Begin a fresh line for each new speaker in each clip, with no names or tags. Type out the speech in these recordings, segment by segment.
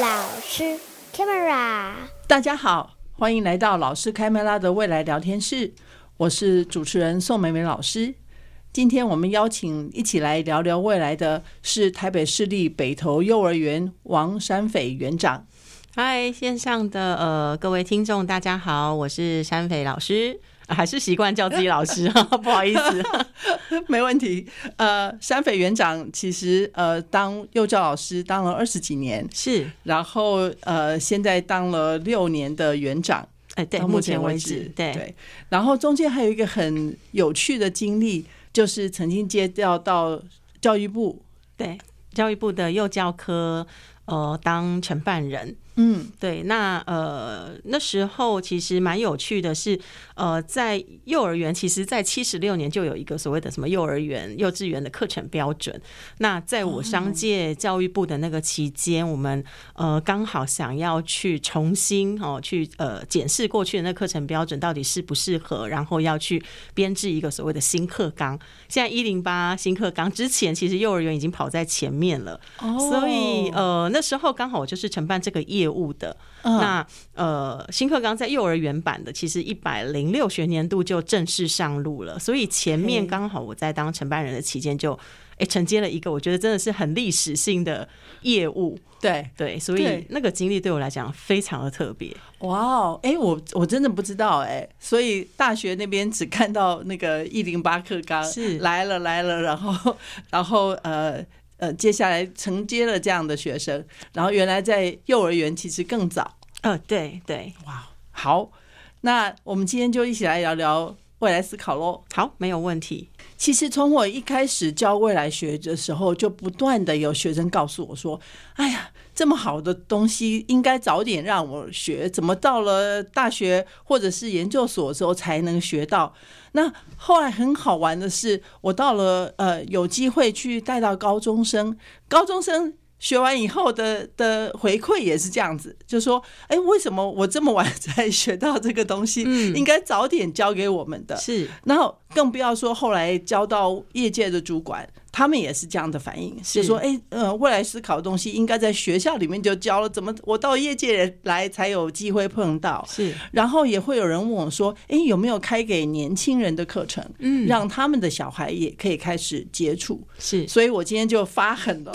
老师，camera，
大家好，欢迎来到老师开麦拉的未来聊天室，我是主持人宋美美老师。今天我们邀请一起来聊聊未来的是台北市立北投幼儿园王山斐园长。
嗨，线上的呃各位听众，大家好，我是山匪老师，啊还是习惯叫自己老师啊， 不好意 思。
没问题，呃，山斐园长其实呃当幼教老师当了二十几年，
是，
然后呃现在当了六年的园长。
哎，对，
到
目
目
前
前
为
为
止
止，，
对，
对。然后中间还有一个很有趣的经历，就是曾经接调到教育部，
对，教育部的幼教科呃当承办人，
嗯，
对，那呃那时候其实蛮有趣的是，呃，在幼儿园，其实，在七十六年就有一个所谓的什么幼儿园、幼稚园的课程标准。那在我商界教育部的那个期间，我们呃刚好想要去重新哦去呃检视过去的那课程标准到底适不适合，然后要去编制一个所谓的新课纲。现在一零八新课纲之前，其实幼儿园已经跑在前面了。
哦
所以，呃，那时候刚好我就是承办这个业务的。
嗯
那呃，新课纲在幼儿园版的，其实一百零六学年度就正式上路了。所以前面
嘿
刚好我在当承办人的期间就，哎、承接了一个我觉得真的是很历史性的业务。
对，
对，所以
对
那个经历对我来讲非常的特别。
哇哦，哎，我我真的不知道哎、所以大学那边只看到那个一零八课纲
是
来了来了，然后然后呃呃，接下来承接了这样的学生，然后原来在幼儿园其实更早。
呃，对对，
哇，好，那我们今天就一起来聊聊未来思考喽。
好，没有问题。
其实从我一开始教未来学的时候，就不断的有学生告诉我说：“哎呀，这么好的东西，应该早点让我学，怎么到了大学或者是研究所之后才能学到？”那后来很好玩的是，我到了呃有机会去带到高中生，高中生。学完以后的呃的回馈也是这样子，就说，哎，为什么我这么晚才学到这个东西？
嗯
应该早点教给我们的。
是
然后更不要说后来交到业界的主管，他们也是这样的反应，
是
是说，哎，呃，未来思考的东西应该在学校里面就教了，怎么我到业界来才有机会碰到？
是，
然后也会有人问我说，哎，有没有开给年轻人的课程，
嗯，
让他们的小孩也可以开始接触？
是
所以我今天就发狠了，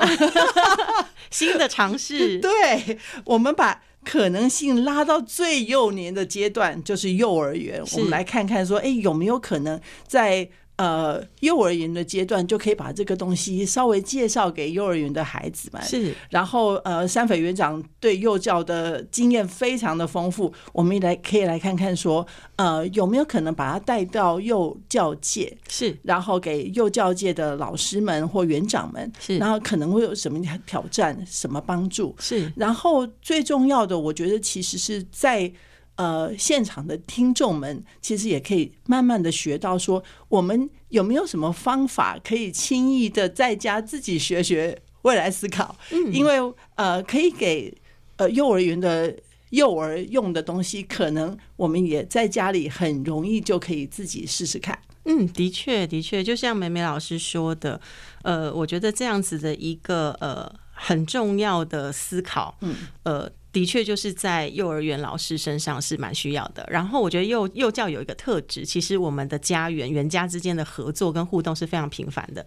新的尝 试。
对我们把。可能性拉到最幼年的阶段，就是幼儿园。
是
我们来看看说，哎、有没有可能在呃幼儿园的阶段就可以把这个东西稍微介绍给幼儿园的孩子们？
是
然后呃，山匪园长对幼教的经验非常的丰富，我们也来可以来看看说，呃，有没有可能把它带到幼教界？
是
然后给幼教界的老师们或园长们，
是
然后可能会有什么挑战、什么帮助？
是，
然后最重要的，我觉得其实是在呃现场的听众们，其实也可以慢慢的学到说，我们有没有什么方法可以轻易的在家自己学学未来思考，因为呃可以给呃幼儿园的。幼儿用的东西，可能我们也在家里很容易就可以自己试试看。
嗯，的确，的确，就像美美老师说的，呃，我觉得这样子的一个呃很重要的思考，
嗯，
呃，的确就是在幼儿园老师身上是蛮需要的。然后我觉得幼幼教有一个特质，其实我们的家园园家之间的合作跟互动是非常频繁的。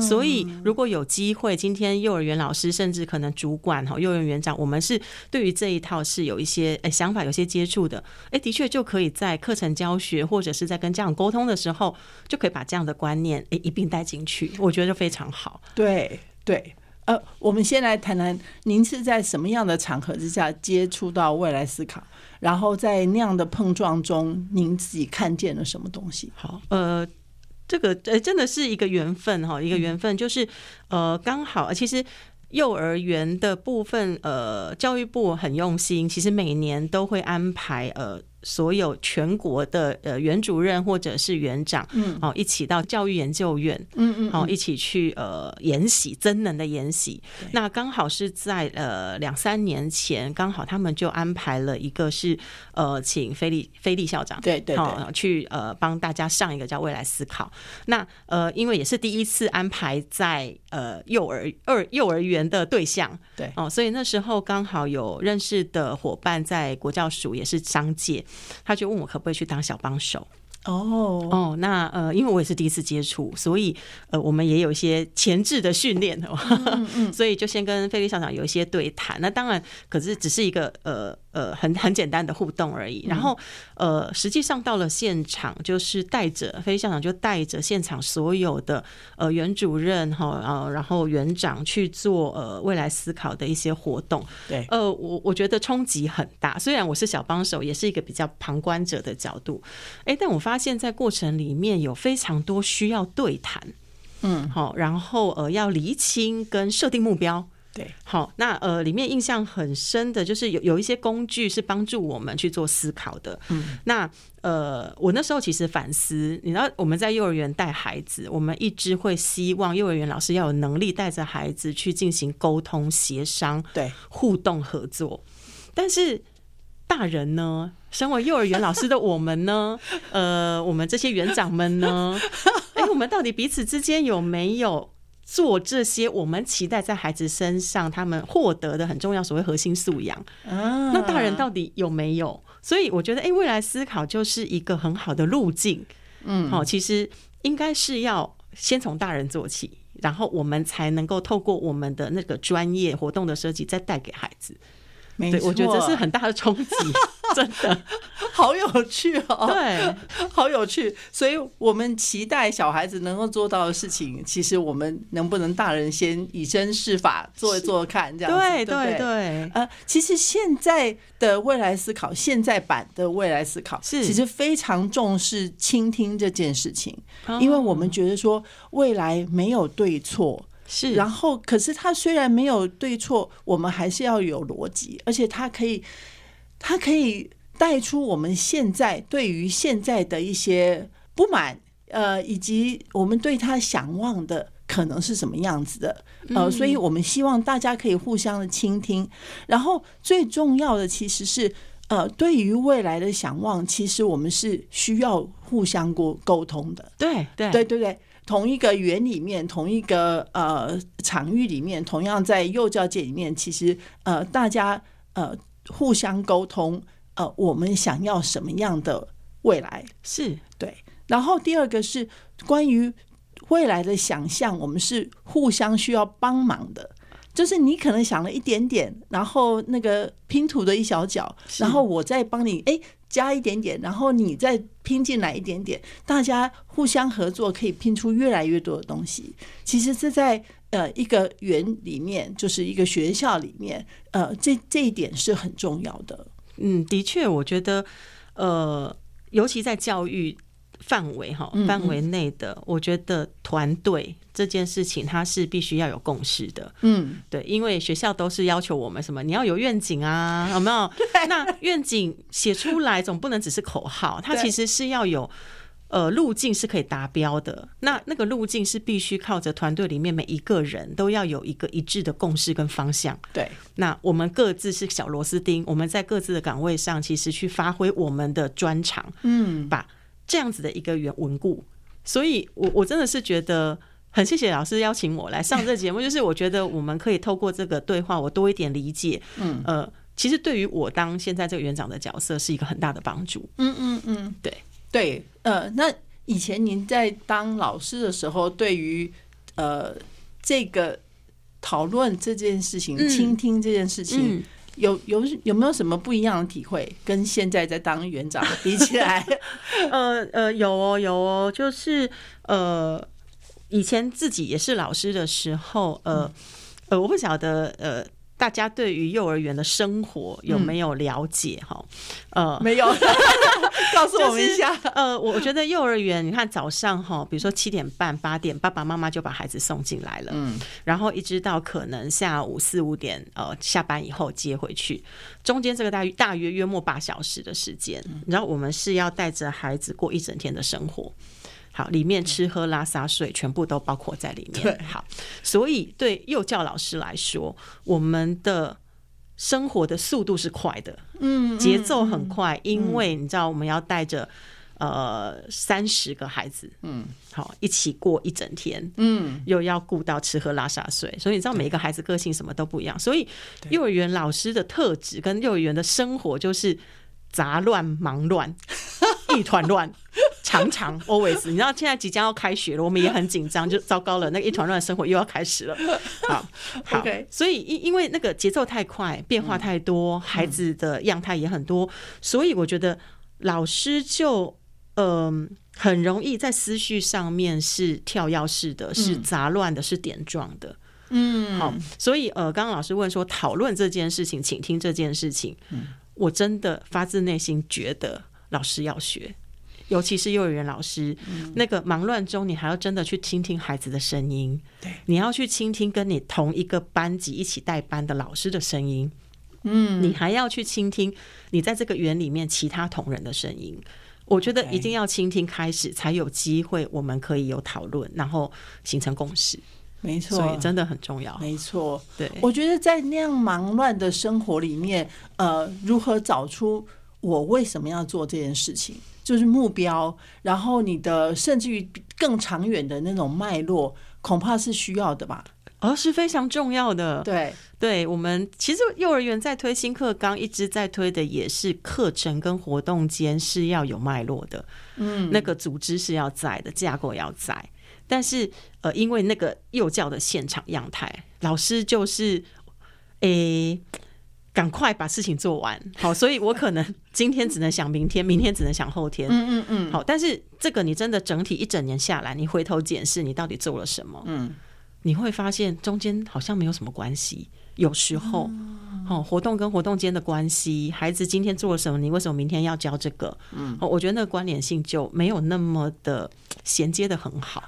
所以如果有机会，今天幼儿园老师甚至可能主管哈，幼儿园园长，我们是对于这一套是有一些诶、想法，有些接触的，诶、的确就可以在课程教学或者是在跟家长沟通的时候，就可以把这样的观念诶、一并带进去，我觉得非常好。
对对，呃，我们先来谈谈您是在什么样的场合之下接触到未来思考，然后在那样的碰撞中，您自己看见了什么东西？
好，呃。这个呃，真的是一个缘分哈，一个缘分就是，呃，刚好呃其实幼儿园的部分，呃，教育部很用心，其实每年都会安排呃所有全国的呃园主任或者是园长，
嗯
哦，一起到教育研究院，
嗯嗯
哦，一起去呃研习增能的研习
对。
那刚好是在呃两三年前，刚好他们就安排了一个是呃请菲利菲利校长。
对对对，
哦，去呃帮大家上一个叫未来思考。那呃，因为也是第一次安排在呃幼儿二幼儿园的对象，
对
哦，所以那时候刚好有认识的伙伴在国教署也是商界，他就问我可不可以去当小帮手。
哦，
哦，那呃，因为我也是第一次接触，所以呃，我们也有一些前置的训练哦， 所以就先跟菲利校长有一些对谈。那当然，可是只是一个呃呃很很简单的互动而已。然后呃，实际上到了现场，就是带着菲利校长就带着现场所有的呃原主任哈，呃然后园长去做呃未来思考的一些活动。
对，
呃，我我觉得冲击很大。虽然我是小帮手，也是一个比较旁观者的角度，哎，但我发现在过程里面有非常多需要对谈，
嗯，
好，然后呃要厘清跟设定目标。
对，
好，那呃，里面印象很深的就是有有一些工具是帮助我们去做思考的。嗯，那呃，我那时候其实反思，你知道我们在幼儿园带孩子，我们一直会希望幼儿园老师要有能力带着孩子去进行沟通、协商，
对，
互动合作。但是大人呢，身为幼儿园老师的我们呢， 呃，我们这些园长们呢，哎、我们到底彼此之间有没有？做这些我们期待在孩子身上他们获得的很重要所谓核心素养，
啊，
那大人到底有没有？所以我觉得，哎、未来思考就是一个很好的路径。
嗯，
好、其实应该是要先从大人做起，然后我们才能够透过我们的那个专业活动的设计，再带给孩子。
没
对，
错，
我觉得这是很大的冲击，真的。
好有趣哦，
对，
好有趣，所以我们期待小孩子能够做到的事情，其实我们能不能大人先以身试法做一做看，这样子
对
对不
对对，
呃，其实现在的未来思考，现在版的未来思考，
是
其实非常重视倾听这件事情，
哦
因为我们觉得说未来没有对错，
是，
然后，可是它虽然没有对错，我们还是要有逻辑，而且它可以，它可以带出我们现在对于现在的一些不满，呃，以及我们对他想望的可能是什么样子的，呃，所以我们希望大家可以互相的倾听，然后最重要的其实是。呃，对于未来的想望，其实我们是需要互相沟沟通的。
对对
对对对，同一个园里面，同一个呃场域里面，同样在幼教界里面，其实呃大家呃互相沟通，呃我们想要什么样的未来？
是，
对，然后第二个是关于未来的想象，我们是互相需要帮忙的。就是你可能想了一点点，然后那个拼图的一小角，
是
然后我再帮你哎加一点点，然后你再拼进来一点点，大家互相合作可以拼出越来越多的东西。其实这在呃一个园里面，就是一个学校里面，呃这这一点是很重要的。
嗯，的确，我觉得，呃，尤其在教育范围哈
嗯嗯
范围内的，我觉得团队这件事情，它是必须要有共识的。
嗯，
对，因为学校都是要求我们什么，你要有愿景啊，有 没有？那愿景写出来总不能只是口号，它
对
其实是要有。呃，路径是可以达标的，那那个路径是必须靠着团队里面每一个人都要有一个一致的共识跟方向。
对，
那我们各自是小螺丝钉，我们在各自的岗位上，其实去发挥我们的专长，
嗯，
把这样子的一个缘稳固。所以我，我真的是觉得很谢谢老师邀请我来上这节目，就是我觉得我们可以透过这个对话，我多一点理解，嗯，呃，其实对于我当现在这个园长的角色是一个很大的帮助。
嗯嗯嗯，
对
对，呃，那以前您在当老师的时候，对于呃这个讨论这件事情、
嗯
倾听这件事情，，有有有没有什么不一样的体会？跟现在在当园长比起来，
呃呃，有哦有哦，就是呃，以前自己也是老师的时候，呃呃，我不晓得呃，大家对于幼儿园的生活有没有了解？哈、呃，
没有， 告诉我们
就是
一下。
呃，我我觉得幼儿园，你看早上哈，比如说七点半、八点，爸爸妈妈就把孩子送进来了，
嗯，
然后一直到可能下午四五点，呃，下班以后接回去，中间这个大约大约约莫八小时的时间，然后我们是要带着孩子过一整天的生活。好，里面吃喝拉撒睡全部都包括在里面
对。
好，所以对幼教老师来说，我们的生活的速度是快的，嗯，节奏很快，因为你知道我们要带着呃三十个孩子，嗯，好一起过一整天，嗯，又要顾到吃喝拉撒睡，所以你知道每一个孩子个性什么都不一样，所以幼儿园老师的特质跟幼儿园的生活就是杂乱、忙乱、一团乱。常常 always，你知道现在即将要开学了，我们也很紧张，就糟糕了，那个一团乱的生活又要开始了。好，好
OK
所以因因为那个节奏太快，变化太多，孩子的样态也很多，所以我觉得老师就嗯、很容易在思绪上面是跳跃式的，是杂乱的，是点状的。嗯，好，所以呃，刚刚老师问说讨论这件事情，请听这件事情，我真的发自内心觉得老师要学，尤其是幼儿园老师，那个忙乱中，你还要真的去倾听孩子的声音，对，你要去倾听跟你同一个班级一起带班的老师的声音，嗯，你还要去倾听你在这个园里面其他同仁的声音。我觉得
OK
一定要倾听开始，才有机会我们可以有讨论，然后形成共识，
没
所
错
以，真的很重要。
没错。
对，
我觉得在那样忙乱的生活里面，呃，如何找出我为什么要做这件事情，就是目标，然后你的甚至于更长远的那种脉络，恐怕是需要的吧？
而、哦是非常重要的。
对，
对我们其实幼儿园在推新课纲，一直在推的也是课程跟活动间是要有脉络的，嗯，那个组织是要在的，架构要在。但是呃，因为那个幼教的现场样态，老师就是诶。赶快把事情做完，好，所以我可能 今天只能想明天，明天只能想后天，
嗯嗯嗯，
好，但是这个你真的整体一整年下来，你回头检视你到底做了什么，
嗯，
你会发现中间好像没有什么关系，有时候。哦，活动跟活动间的关系，孩子今天做了什么，你为什么明天要教这个？嗯，哦，我觉得那个关联性就没有那么的衔接的很好。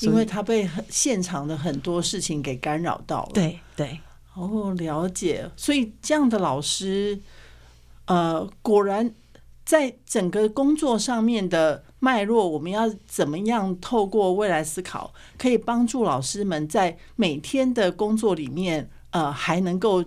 因为他被很现场的很多事情给干扰到了。
对对，
哦，了解。所以这样的老师，呃，果然在整个工作上面的脉络，我们要怎么样透过未来思考，可以帮助老师们在每天的工作里面，呃，还能够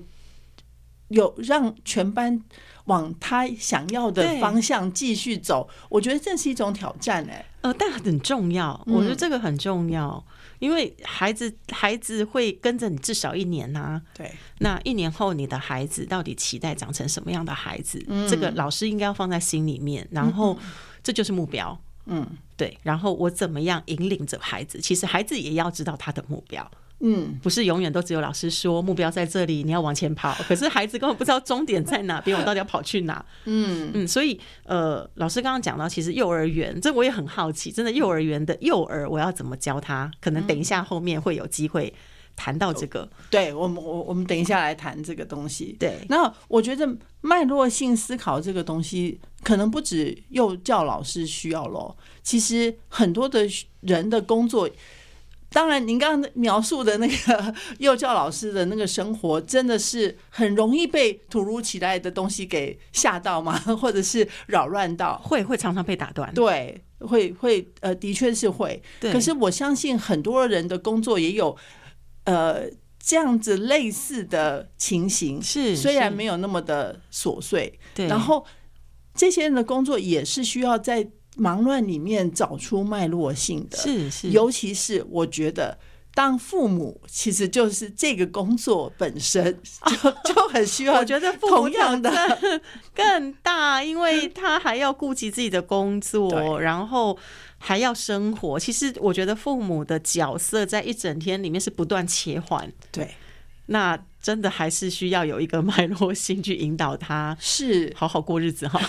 有让全班往他想要的
对
方向继续走。我觉得这是一种挑战、哎，
呃，但很重要，我觉得这个很重要，因为孩子孩子会跟着你至少一年呐、
对，
那一年后，你的孩子到底期待长成什么样的孩子？这个老师应该要放在心里面，然后这就是目标。
嗯
对，然后我怎么样引领着孩子？其实孩子也要知道他的目标，
嗯。
不是永远都只有老师说目标在这里，你要往前跑。可是孩子根本不知道终点在哪边，我到底要跑去哪？嗯嗯，所以呃，老师刚刚讲到，其实幼儿园，这我也很好奇，真的幼儿园的幼儿，我要怎么教他？可能等一下后面会有机会谈到这个。
对我们，我我们等一下来谈这个东西。
对
那我觉得脉络性思考这个东西，可能不止幼教老师需要咯，其实很多的人的工作，当然您刚刚描述的那个幼教老师的那个生活，真的是很容易被突如其来的东西给吓到吗？ 或者是扰乱到？
会会常常被打断，
对，会会呃，的确是会。
对
可是我相信很多人的工作也有呃这样子类似的情形，
是
虽然
嗯是
没有那么的琐碎，
对，
然后这些人的工作也是需要在忙乱里面找出脉络性的，
是是
尤其是我觉得。当父母其实就是这个工作本 身就就很需要，
我觉得父母
同样的，
更大，因 为他还要顾及自己的工作，
对
然后还要生活。其实我觉得父母的角色在一整天里面是不断切换，
对，
那真的还是需要有一个脉络性去引导他
是
好好过日 子哈。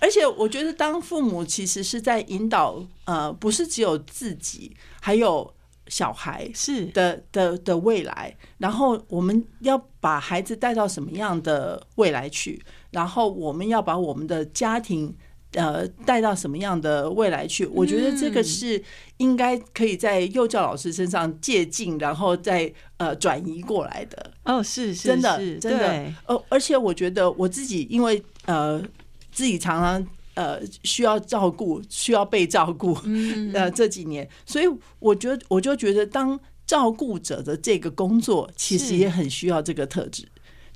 而且我觉得，当父母其实是在引导，呃，不是只有自己，还有小孩
是
的的的未来，然后我们要把孩子带到什么样的未来去，然后我们要把我们的家庭。呃，带到什么样的未来去？我觉得这个是应该可以在幼教老师身上借鉴，然后再呃转移过来的。
哦，是是
真的
是
真的
对，
呃，而且我觉得我自己因为呃自己常常呃需要照顾，需要被照顾，呃这几年，所以我觉得我就觉得当照顾者的这个工作，其
是
实也很需要这个特质。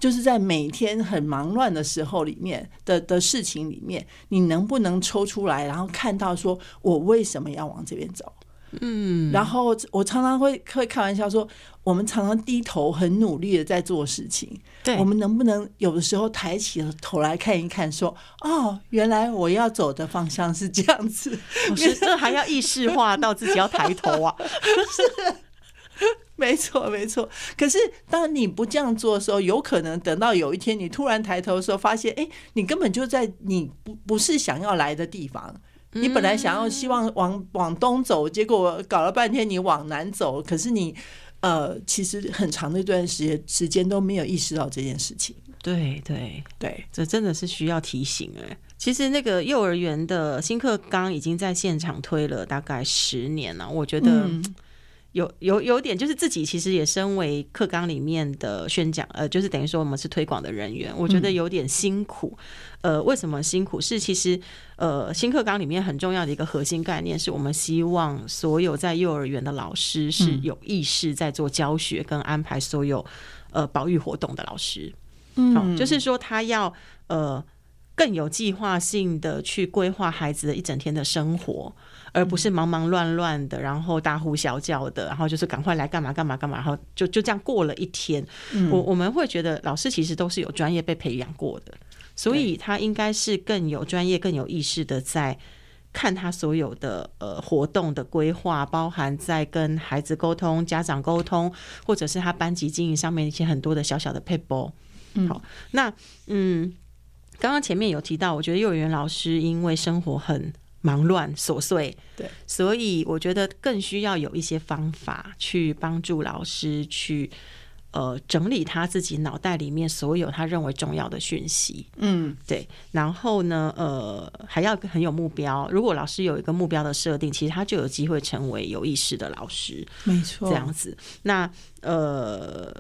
就是在每天很忙乱的时候里面的的事情里面，你能不能抽出来，然后看到说我为什么要往这边走？嗯，然后我常常会会开玩笑说，我们常常低头很努力的在做事情，
对
我们能不能有的时候抬起头来看一看说，哦，原来我要走的方向是这样子，
我是这还要意识化到自己要抬头啊，
没错，没错。可是当你不这样做的时候，有可能等到有一天你突然抬头的时候，发现，哎、你根本就在你不不是想要来的地方。你本来想要希望往往东走，结果搞了半天你往南走，可是你呃，其实很长的一段时间时间都没有意识到这件事情。
对对，
对，
这真的是需要提醒哎、其实那个幼儿园的新课纲已经在现场推了大概十年了，我觉得
嗯
有有有点就是自己其实也身为课纲里面的宣讲，呃，就是等于说我们是推广的人员，我觉得有点辛苦。呃，为什么辛苦？是其实呃新课纲里面很重要的一个核心概念，是我们希望所有在幼儿园的老师是有意识在做教学跟安排所有呃保育活动的老师。哦，就是说他要呃更有计划性的去规划孩子的一整天的生活，而不是忙忙乱乱的，然后大呼小叫的，然后就是赶快来干嘛干嘛干嘛，然后就就这样过了一天。我我们会觉得老师其实都是有专业被培养过的，所以他应该是更有专业、更有意识的在。看他所有的呃活动的规划，包含在跟孩子沟通、家长沟通，或者是他班级经营上面一些很多的小小的 paper。好，那嗯，刚刚前面有提到，我觉得幼儿园老师因为生活很忙乱琐碎，
对，
所以我觉得更需要有一些方法去帮助老师去呃整理他自己脑袋里面所有他认为重要的讯息。
嗯，
对，然后呢，呃，还要很有目标。如果老师有一个目标的设定，其实他就有机会成为有意识的老师。
没错
这样子。那呃，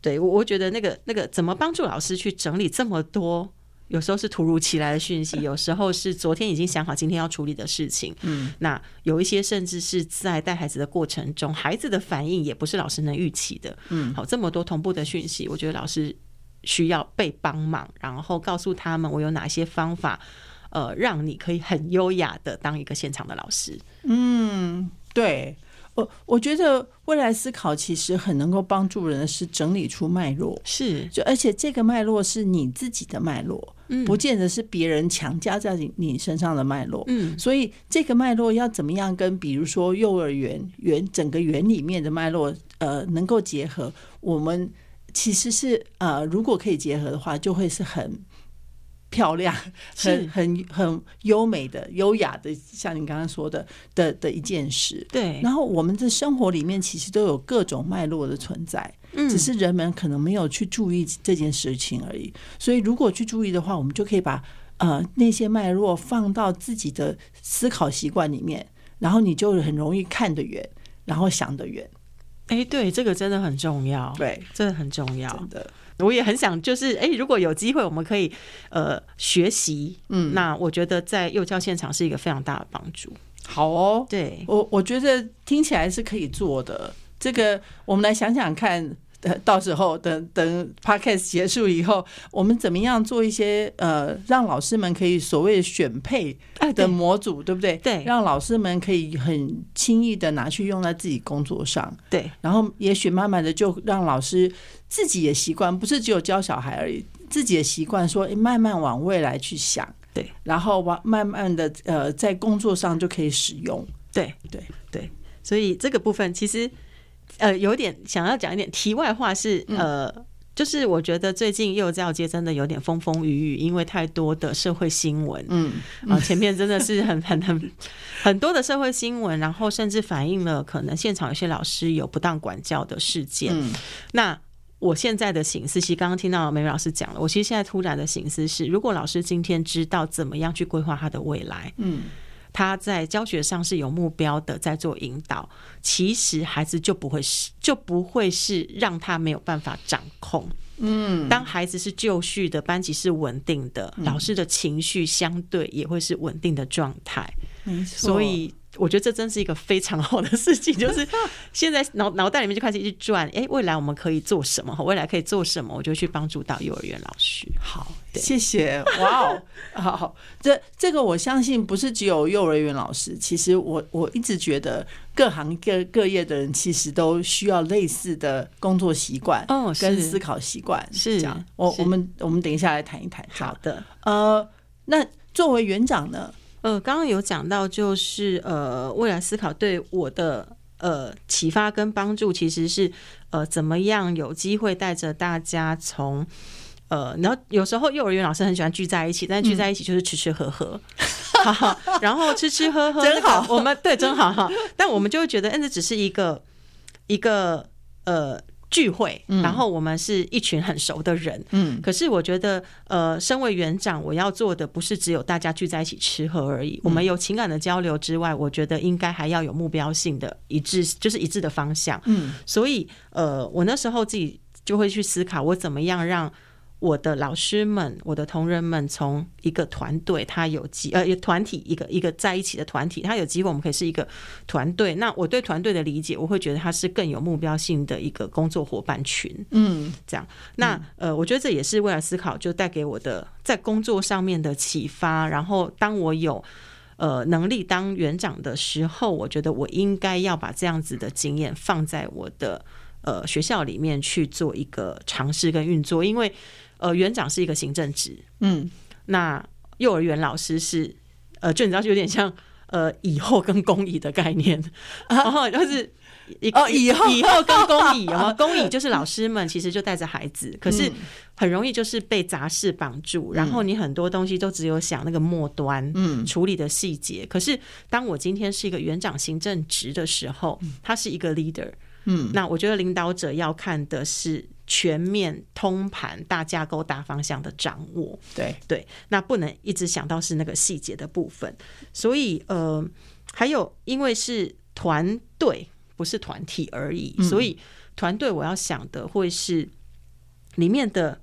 对我我觉得那个那个怎么帮助老师去整理这么多？有时候是突如其来的讯 息，有时候是昨天已经想好今天要处理的事情。嗯，那有一些甚至是在带孩子的过程中，孩子的反应也不是老师能预期的。嗯，好，这么多同步的讯息，我觉得老师需要被帮忙，然后告诉他们我有哪些方法，呃，让你可以很优雅的当一个现场的老师。
对。我我觉得未来思考其实很能够帮助人的是整理出脉络，
是，
就而且这个脉络是你自己的脉络，
嗯
不见得是别人强加在你你身上的脉络。
嗯，
所以这个脉络要怎么样跟比如说幼儿园园整个园里面的脉络呃能够结合，我们其实是呃如果可以结合的话，就会是很漂亮、
是
很很很优美的、优雅的，像你刚刚说的的的一件事。
对，
然后我们的生活里面其实都有各种脉络的存在，
嗯
只是人们可能没有去注意这件事情而已。所以如果去注意的话，我们就可以把呃那些脉络放到自己的思考习惯里面，然后你就很容易看得远，然后想得远。
哎、对，这个真的很重要，，
对，
真的很重要
真。的，
我也很想，就是哎、如果有机会，我们可以呃学习，嗯，那我觉得在幼教现场是一个非常大的帮助。
好哦。
对，
我我觉得听起来是可以做的。这个我们来想想看，呃，到时候等等 podcast 结束以后，我们怎么样做一些呃，让老师们可以所谓选配
哎
的
对，
模组，对不对？
对
让老师们可以很轻易的拿去用在自己工作上，
对，
然后也许慢慢的就让老师自己也习惯，不是只有教小孩而已，自己也习惯说，诶慢慢往未来去想，
对，
然后往慢慢的呃，在工作上就可以使用，
对，
对，
对，
嗯
所以这个部分其实呃有点想要讲一点题外话是，呃，就是我觉得最近幼教界真的有点风风雨雨，因为太多的社会新闻，
嗯，
啊，前面真的是很很很很多的社会新闻，然后甚至反映了可能现场有些老师有不当管教的事件。
嗯
那我现在的醒思，其实刚刚听到美美老师讲了，我其实现在突然的醒思是，如果老师今天知道怎么样去规划他的未来，
嗯，
他在教学上是有目标的，在做引导，其实孩子就不会是就不会是让他没有办法掌控。嗯，当孩子是就绪的，班级是稳定的，
嗯
老师的情绪相对也会是稳定的状态。
没错。
所以我觉得这真是一个非常好的事 情，就是现在脑脑袋里面就开始一直转，哎、未来我们可以做什么？未来可以做什么？我就去帮助到幼儿园老师。
好，
对
谢谢， 哇哦，好，这这个我相信不是只有幼儿园老师，其实我我一直觉得各行各各业的人其实都需要类似的工作习惯，
哦
跟
是
思考习惯
是
这样。我
是
我们我们等一下来谈一谈。
好，的，
呃，那作为园长呢，
呃，刚刚有讲到就是呃，未来思考对我的。呃，启发跟帮助其实是，呃，怎么样有机会带着大家从，呃，然后有时候幼儿园老师很喜欢聚在一起，但
嗯
是聚在一起就是吃吃喝喝， 哈哈，然后吃吃喝喝，
真
那个
好
我们对真好哈，但我们就会觉得，嗯，这只是一个一个呃聚会，然后我们是一群很熟的人，
嗯
可是我觉得，呃，身为园长，我要做的不是只有大家聚在一起吃喝而
嗯
已。我们有情感的交流之外，我觉得应该还要有目标性的一致，就是一致的方向。
嗯
所以，呃，我那时候自己就会去思考，我怎么样让我的老师们、我的同仁们从一个团队，他有机呃有团体一个一个在一起的团体，他有机会，我们可以是一个团队。那我对团队的理解，我会觉得他是更有目标性的一个工作伙伴群。
嗯，
这样。那呃，我觉得这也是未来思考就带给我的在工作上面的启发。然后，当我有呃能力当园长的时候，我觉得我应该要把这样子的经验放在我的呃学校里面去做一个尝试跟运作，因为呃园长是一个行政职，
嗯，
那幼儿园老师是呃，就你知道，有点像呃以后跟公益的概念，然后就是。一
哦以后
以后跟公益有 吗？公益就是老师们其实就带着孩子，可
嗯
是很容易就是被杂事绑住，然后你很多东西都只有想那个末端，嗯，处理的细节。可是当我今天是一个园长行政职的时候，他是一个 leader，嗯，那我觉得领导者要看的是全面通盘、大架构、大方向的掌握，
对，
对，那不能一直想到是那个细节的部分。所以呃，还有因为是团队，不是团体而已，所以团队我要想的会是里面的。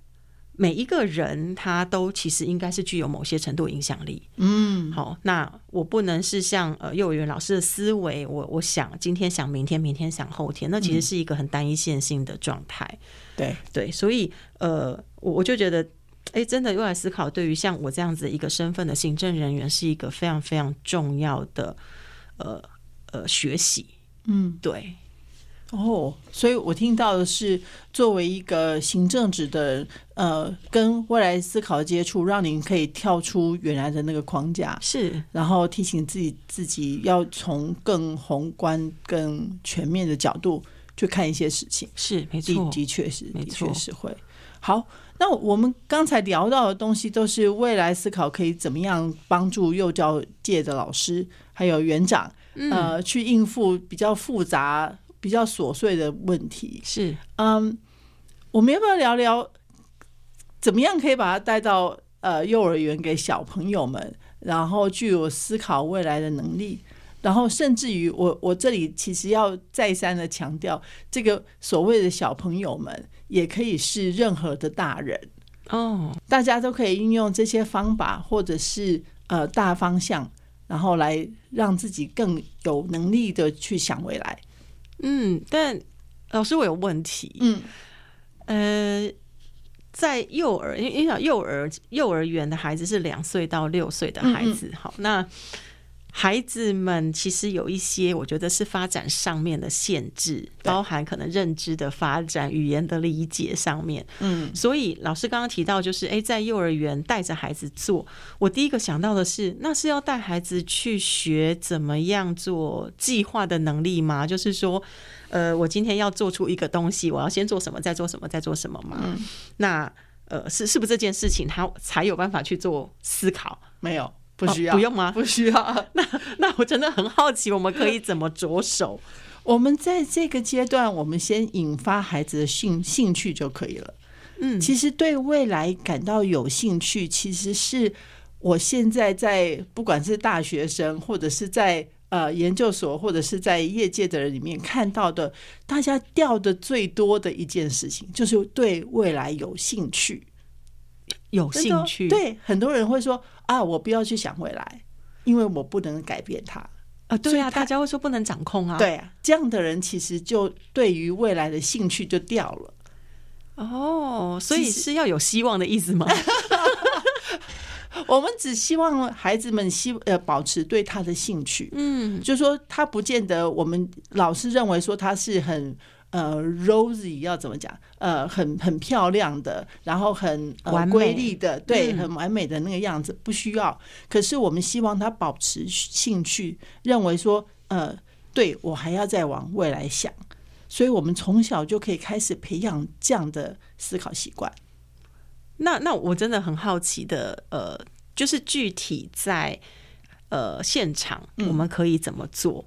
每一个人他都其实应该是具有某些程度影响力，嗯，好，那我不能是像呃幼儿园老师的思维，我我想今天想明天，明天想后天，那其实是一个很单一线性的状态，
对，
对，所以呃，我我就觉得，哎，真的用来思考，对于像我这样子一个身份的行政人员，是一个非常非常重要的呃呃学习。嗯，对，
哦，所以我听到的是，呃作为一个行政职的人，呃，跟未来思考的接触，让您可以跳出原来的那个框架，
是
然后提醒自己自己要从更宏观、更全面的角度去看一些事情。
是，没
的
错，
的确是，
没
的确
错
是会。好，那我们刚才聊到的东西都是未来思考可以怎么样帮助幼教界的老师还有园长，
嗯
呃，去应付比较复杂、比较琐碎的问题。
是
嗯，我们要不要聊聊怎么样可以把它带到呃幼儿园给小朋友们，然后具有思考未来的能力？然后，甚至于我我这里其实要再三的强调，这个所谓的小朋友们也可以是任何的大人，
哦，
大家都可以运用这些方法或者是呃大方向，然后来让自己更有能力的去想未来。
嗯，但老师我有问题，
嗯，
呃，在幼儿，因为因为小幼儿幼儿园的孩子是两岁到六岁的孩子，好，那孩子们其实有一些，我觉得是发展上面的限制，包含可能认知的发展、语言的理解上面。
嗯，
所以老师刚刚提到，就是诶，在幼儿园带着孩子做，我第一个想到的是，那是要带孩子去学怎么样做计划的能力吗？就是说，呃，我今天要做出一个东西，我要先做什么，再做什么，再做什么嘛？那呃，是是不是这件事情他才有办法去做思考？
没有，不
哦
需要，
不用吗
不需要。
那那我真的很好奇，我们可以怎么着手？
我们在这个阶段，我们先引发孩子的兴兴趣就可以了。
嗯
其实对未来感到有兴趣，其实是我现在呃在不管是大学生，或者是在呃研究所，或者是在业界的人里面看到的，大家掉的最多的一件事情，就是对未来有兴趣。
有
真的哦
兴趣，
对很多人会说啊，我不要去想未来，因为我不能改变它。
啊，对啊，
所以他
大家会说不能掌控啊，，
对啊，这样的人其实就对于未来的兴趣就掉了。
哦，所以
其实
是要有希望的 意思吗？
我们只希望孩子们希呃保持对他的兴趣，
嗯，
就说他不见得我们老师认为说他是很呃 rosy 要怎么讲呃很很漂亮的，然后很呃
完美
瑰丽的，对，
嗯
很完美的那个样子不需要。可是我们希望他保持兴趣，认为说呃对我还要再往未来想，所以我们从小就可以开始培养这样的思考习惯。
那那我真的很好奇的，呃，就是具体在呃现场，
嗯
我们可以怎么做？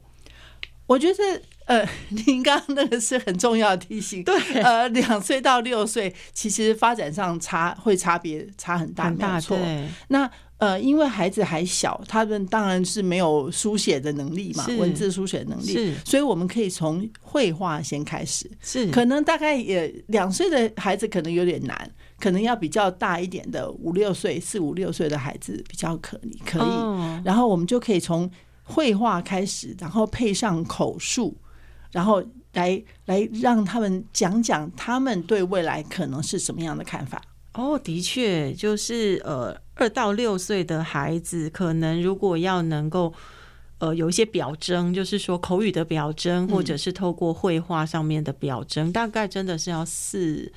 我觉得，呃，您刚刚那个是很重要的提醒。对，呃，两岁到六岁，其实发展上差会差别差很大，
很
没有
大
错。
对，
那呃，因为孩子还小，他们当然是没有书写的能力嘛
是，
文字书写的能力，
是
所以我们可以从绘画先开始。
是，
可能大概也两岁的孩子可能有点难，可能要比较大一点的五六岁、四五六岁的孩子比较可以可以。
哦
然后我们就可以从绘画开始，然后配上口述，然后来来让他们讲讲他们对未来可能是什么样的看法。
哦，的确，就是呃，二到六岁的孩子，可能如果要能够呃有一些表征，就是说口语的表征，或者是透过绘画上面的表征，大概真的是要四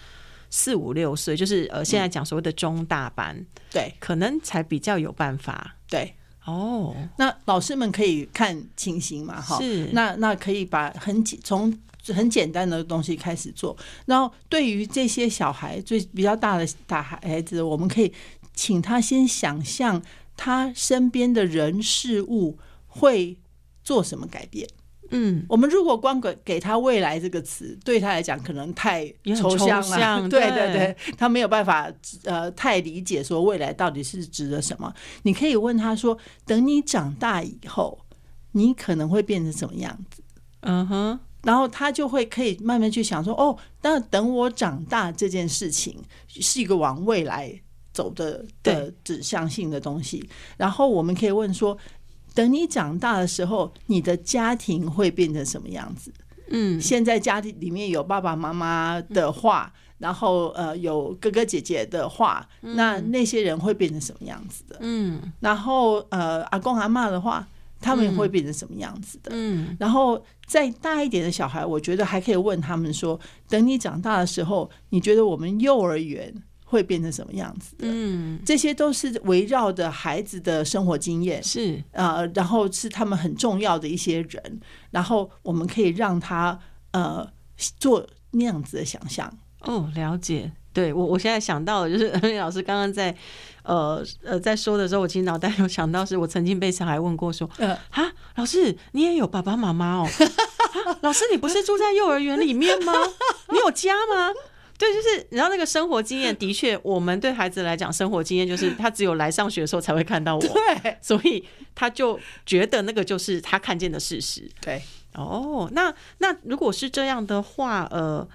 四五六岁，就是呃现在讲所谓的中大班，
对
可能才比较有办法
对，
哦。
那老师们可以看情形嘛，哈，
是
那那可以把很简从很简单的东西开始做，然后对于这些小孩最比较大的大孩子，我们可以请他先想象他身边的人事物会做什么改变。
嗯，
我们如果光给给他“未来”这个词，对他来讲可能太
也很
抽象
抽
了，
象
对对
对
对，他没有办法呃太理解说未来到底是指的什么。你可以问他说：“等你长大以后，你可能会变成什么样子
嗯哼，？”
然后他就会可以慢慢去想说：“哦，那等我长大这件事情是一个往未来走的的指向性的东西。”然后我们可以问说：“等你长大的时候，你的家庭会变成什么样子？”
嗯，
现在家里里面有爸爸妈妈的话，然后呃有哥哥姐姐的话，那那些人会变成什么样子的？
嗯，
然后呃阿公阿嬷的话，他们会变成什么样子的？
嗯，
然后再大一点的小孩，我觉得还可以问他们说：等你长大的时候，你觉得我们幼儿园会变成什么样子的？
嗯，
这些都是围绕着孩子的生活经验，
是，
呃，然后是他们很重要的一些人，然后我们可以让他呃做那样子的想象。
哦，了解。对我，我现在想到的就是 恩宇老师刚刚在，呃呃，在说的时候，我其实脑袋有想到，是我曾经被小孩问过说，
呃，
啊，老师你也有爸爸妈妈哦、 啊老师你不是住在幼儿园里面吗？ 你有家吗？对，就是你知道那个生活经验，的确，我们对孩子来讲，生活经验就是他只有来上学的时候才会看到我，
对
所以他就觉得那个就是他看见的事实。
对，
哦，那那如果是这样的话，呃，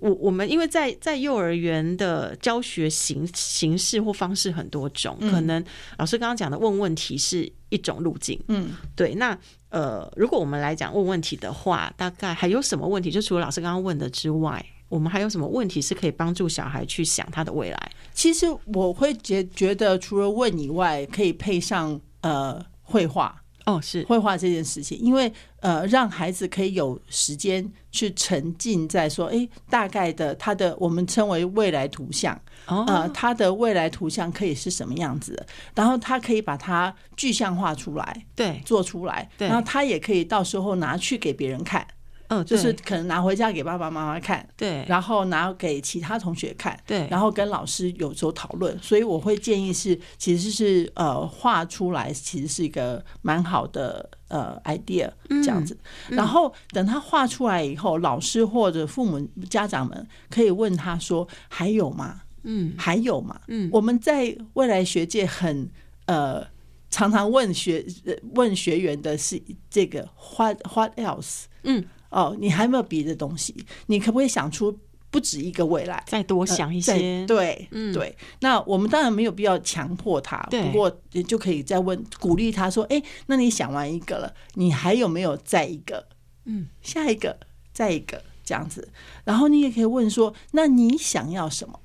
我我们因为在在幼儿园的教学形形式或方式很多种，可能老师刚刚讲的问问题是一种路径，
嗯，
对，那呃，如果我们来讲问问题的话，大概还有什么问题？就除了老师刚刚问的之外，我们还有什么问题是可以帮助小孩去想他的未来？
其实我会觉觉得，除了问以外，可以配上呃绘画。
哦，是
绘画这件事情，因为呃，让孩子可以有时间去沉浸在说，诶，大概的他的我们称为未来图像，
哦
呃，他的未来图像可以是什么样子的，然后他可以把它具象化出来，
对，
做出来，
对
然后他也可以到时候拿去给别人看，
嗯、
就是
对
可能拿回家给爸爸妈妈看，
对，
然后拿给其他同学看，
对
然后跟老师有时候讨论，所以我会建议是，其实是呃画出来，其实是一个蛮好的呃 idea
嗯
这样子。然后等他画出来以后，老师或者父母家长们可以问他说：“还有吗？
嗯
还有吗？”
嗯
我们在未来学界很呃常常问学呃问学员的是这个 what what else。
嗯，
哦，你还有没有别的东西？你可不可以想出不止一个未来？
再多
我
想一些，
呃对，
嗯
对。那我们当然没有必要强迫他，
对
不过也就可以再问鼓励他说：“哎、那你想完一个了，你还有没有再一个？
嗯，
下一个，再一个这样子。”然后你也可以问说：“那你想要什么？”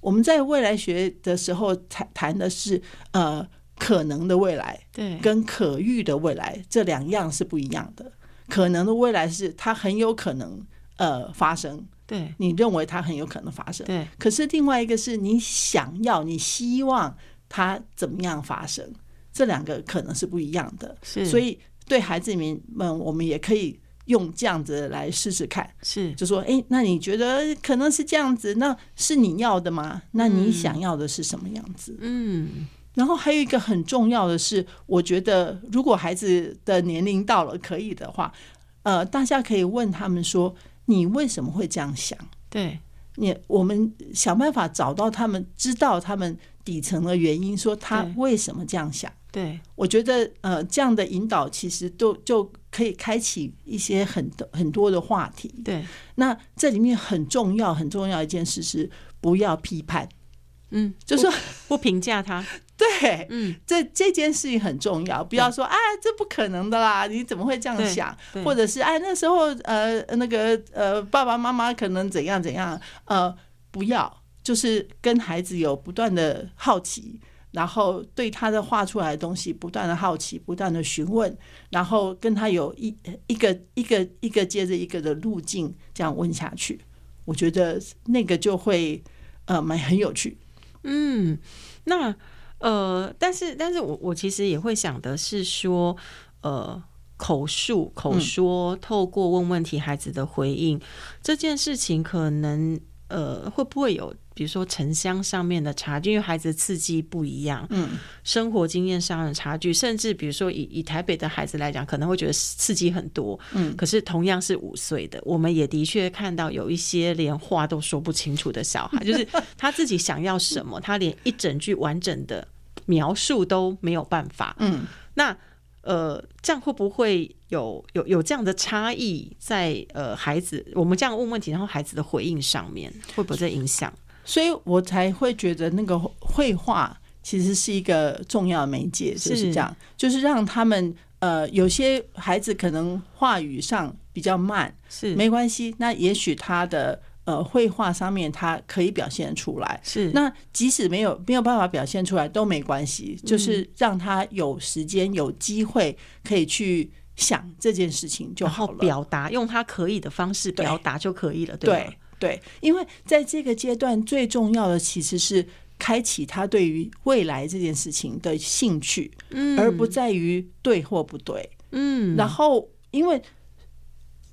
我们在未来学的时候谈谈的是呃可能的未来，
对
跟可遇的未来这两样是不一样的。可能的未来是它很有可能呃发生，
对
你认为它很有可能发生。
对
可是另外一个是你想要，你希望它怎么样发生，这两个可能是不一样的。
是，
所以对孩子们，我们也可以用这样子来试试看。
是
就说，诶，那你觉得可能是这样子，那是你要的吗？那你
嗯
想要的是什么样子？
嗯
然后还有一个很重要的是，我觉得如果孩子的年龄到了可以的话，呃，大家可以问他们说：“你为什么会这样想
对？”
你我们想办法找到他们，知道他们底层的原因，说他
对
为什么这样想。
对
我觉得呃，这样的引导其实都就可以开启一些很多很多的话题。
对，
那这里面很重要很重要一件事是不要批判，
嗯，
就
不
说
不评价他，
对，
嗯，
这这件事情很重要，不要说啊，这不可能的啦，你怎么会这样
对
想？
对
或者是哎，那时候呃，那个呃，爸爸妈妈可能怎样怎样，呃，不要，就是跟孩子有不断的好奇，然后对他的画出来的东西不断的好奇，不断的询问，然后跟他有一一个一个一个接着一个的路径这样问下去，我觉得那个就会呃蛮很有趣，
嗯，那呃，但是但是我我其实也会想的是说，呃，口述口说，透过问问题孩子的回应这件事情，可能呃会不会有比如说城乡上面的差距，因为孩子的刺激不一样，
嗯，
生活经验上的差距，甚至比如说以以台北的孩子来讲，可能会觉得刺激很多，
嗯
可是同样是五岁的，我们也的确看到有一些连话都说不清楚的小孩，就是他自己想要什么，他连一整句完整的描述都没有办法。
嗯。
那呃，这样会不会有有有这样的差异在呃孩子我们这样问问题，然后孩子的回应上面会不会有这影响？
所以我才会觉得那个绘画其实是一个重要的媒介，
是
就是这样，就是让他们呃，有些孩子可能话语上比较慢，
是
没关系，那也许他的呃绘画上面他可以表现出来。
是
那即使没有没有办法表现出来都没关系，
嗯
就是让他有时间有机会可以去想这件事情就
然
好
后
了。
表达用他可以的方式表达就可以了，对啊吧
对对，因为在这个阶段最重要的其实是开启他对于未来这件事情的兴趣，
嗯
而不在于对或不对。
嗯，
然后，因为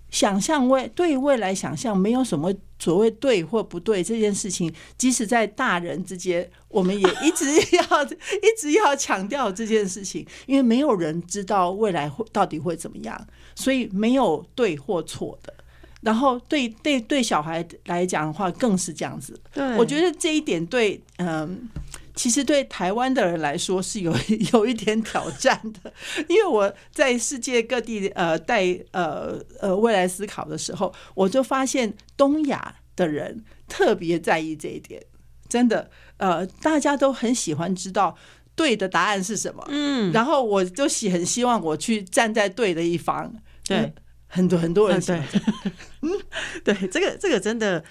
想象未对未来想象没有什么所谓对或不对这件事情，即使在大人之间，我们也一直要 一直要强调这件事情，因为没有人知道未来会到底会怎么样，所以没有对或错的。然后对对对小孩来讲的话，更是这样子。
对，
我觉得这一点对，嗯，其实对台湾的人来说是有 有一点挑战的， 因为我在世界各地呃带呃呃未来思考的时候，我就发现东亚的人特别在意这一点，真的，呃，大家都很喜欢知道对的答案是什么，
嗯，
然后我就希很希望我去站在对的一方，嗯
对，
很多很多人
嗯
喜欢
对，对，这个这个真的。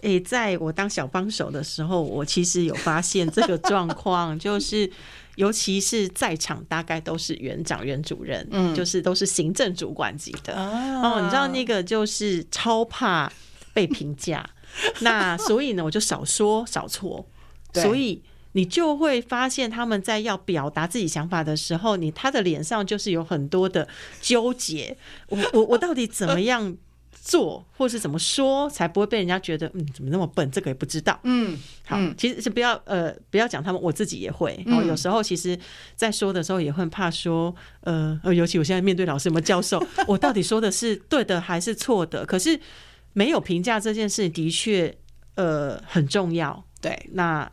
诶，在我当小帮手的时候，我其实有发现这个状况，就是尤其是在场大概都是园长、园主任，
嗯
就是都是行政主管级的。
啊
哦，你知道那个就是超怕被评价， 那所以呢，我就少说少错，
对
所以你就会发现他们在要表达自己想法的时候，你他的脸上就是有很多的纠结，我我我到底怎么样？做或是怎么说才不会被人家觉得嗯怎么那么笨，这个也不知道。
嗯，
好，
嗯
其实是不要呃不要讲他们，我自己也会。
嗯
哦，有时候其实，在说的时候也会很怕说，呃呃，尤其我现在面对老师、什么 教授，我到底说的是对的还是错的？可是没有评价这件事的确呃很重要。
对，
那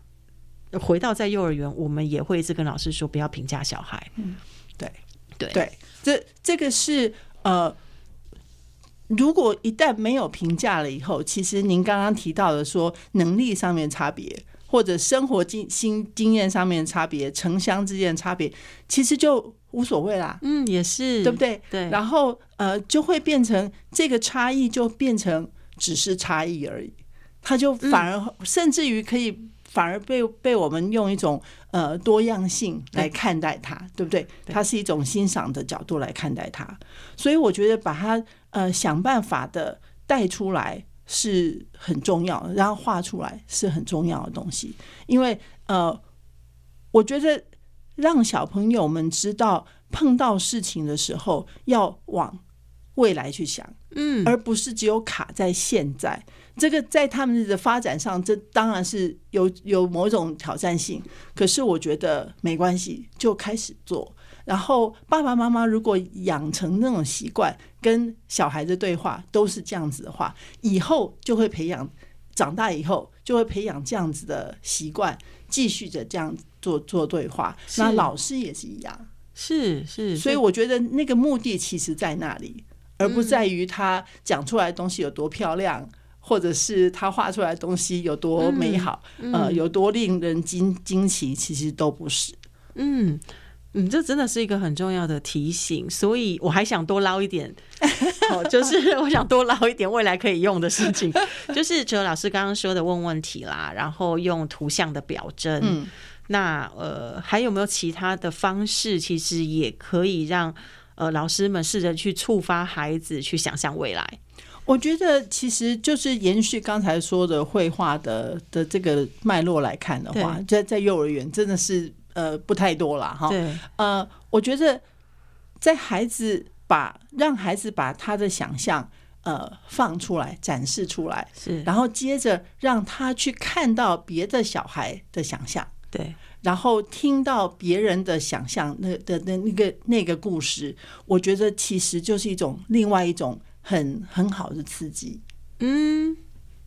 回到在幼儿园，我们也会一直跟老师说，不要评价小孩。
对
对
嗯对，这这个是呃，如果一旦没有评价了以后，其实您刚刚提到的说能力上面差别，或者生活经经经验上面差别，城乡之间的差别，其实就无所谓啦，
嗯，也是，
对不？对？
对，
然后呃，就会变成这个差异就变成只是差异而已，它就
嗯
反而、甚至于可以反而被被我们用一种呃多样性来看待它，对不对？
对
它是一种欣赏的角度来看待它，所以我觉得把它呃想办法的带出来。是很重要的，然后画出来是很重要的东西，因为呃，我觉得让小朋友们知道，碰到事情的时候要往未来去想，
嗯，
而不是只有卡在现在。这个在他们的发展上，这当然是有有某种挑战性。可是我觉得没关系，就开始做。然后爸爸妈妈如果养成那种习惯，跟小孩子对话都是这样子的话，以后就会培养，长大以后就会培养这样子的习惯，继续着这样做做对话。
是
那老师也是一样。
是是，
所以我觉得那个目的其实在那里，而不在于他讲出来的东西有多漂亮，或者是他画出来的东西有多美好，呃，有多令人惊惊奇，其实都不是。
嗯。嗯，这真的是一个很重要的提醒，所以我还想多捞一点，哦，就是我想多捞一点未来可以用的事情， 就是哲老师刚刚说的问问题啦，然后用图像的表征，
嗯
那呃还有没有其他的方式，其实也可以让呃老师们试着去触发孩子去想象未来，
我觉得其实就是延续刚才说的绘画的的这个脉络来看的话，在在幼儿园真的是呃不太多了哈。
对，
呃，我觉得在孩子把让孩子把他的想象呃放出来展示出来，
是，
然后接着让他去看到别的小孩的想象，
对，
然后听到别人的想象那的那那个那个故事，我觉得其实就是一种另外一种很很好的刺激，
嗯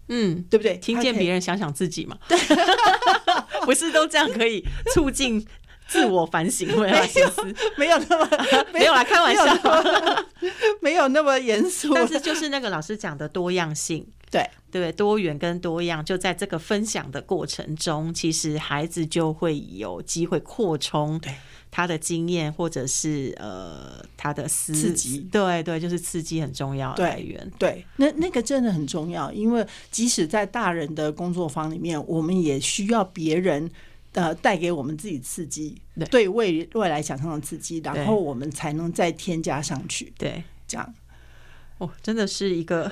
嗯，
对不对？
听见别
人
人想想自己嘛，对， 不是都这样可以促进自我反省未 来心思，
没有 那么
没有啦，开玩
没有
笑。
那么没有那么严肃，
但是就是那个老师讲的多样性，
对
对不对？多元跟多样，就在这个分享的过程中，其实孩子就会有机会扩充
对
他的经验，或者是呃他的思
刺激
对对，就是刺激很重要的
对
来源。
对，那那个真的很重要，因为即使在大人的工作坊里面，我们也需要别人呃带给我们自己刺激，
对
对未未来想象的刺激，
对
然后我们才能再添加上去。
对，
这样，
哦，真的是 一个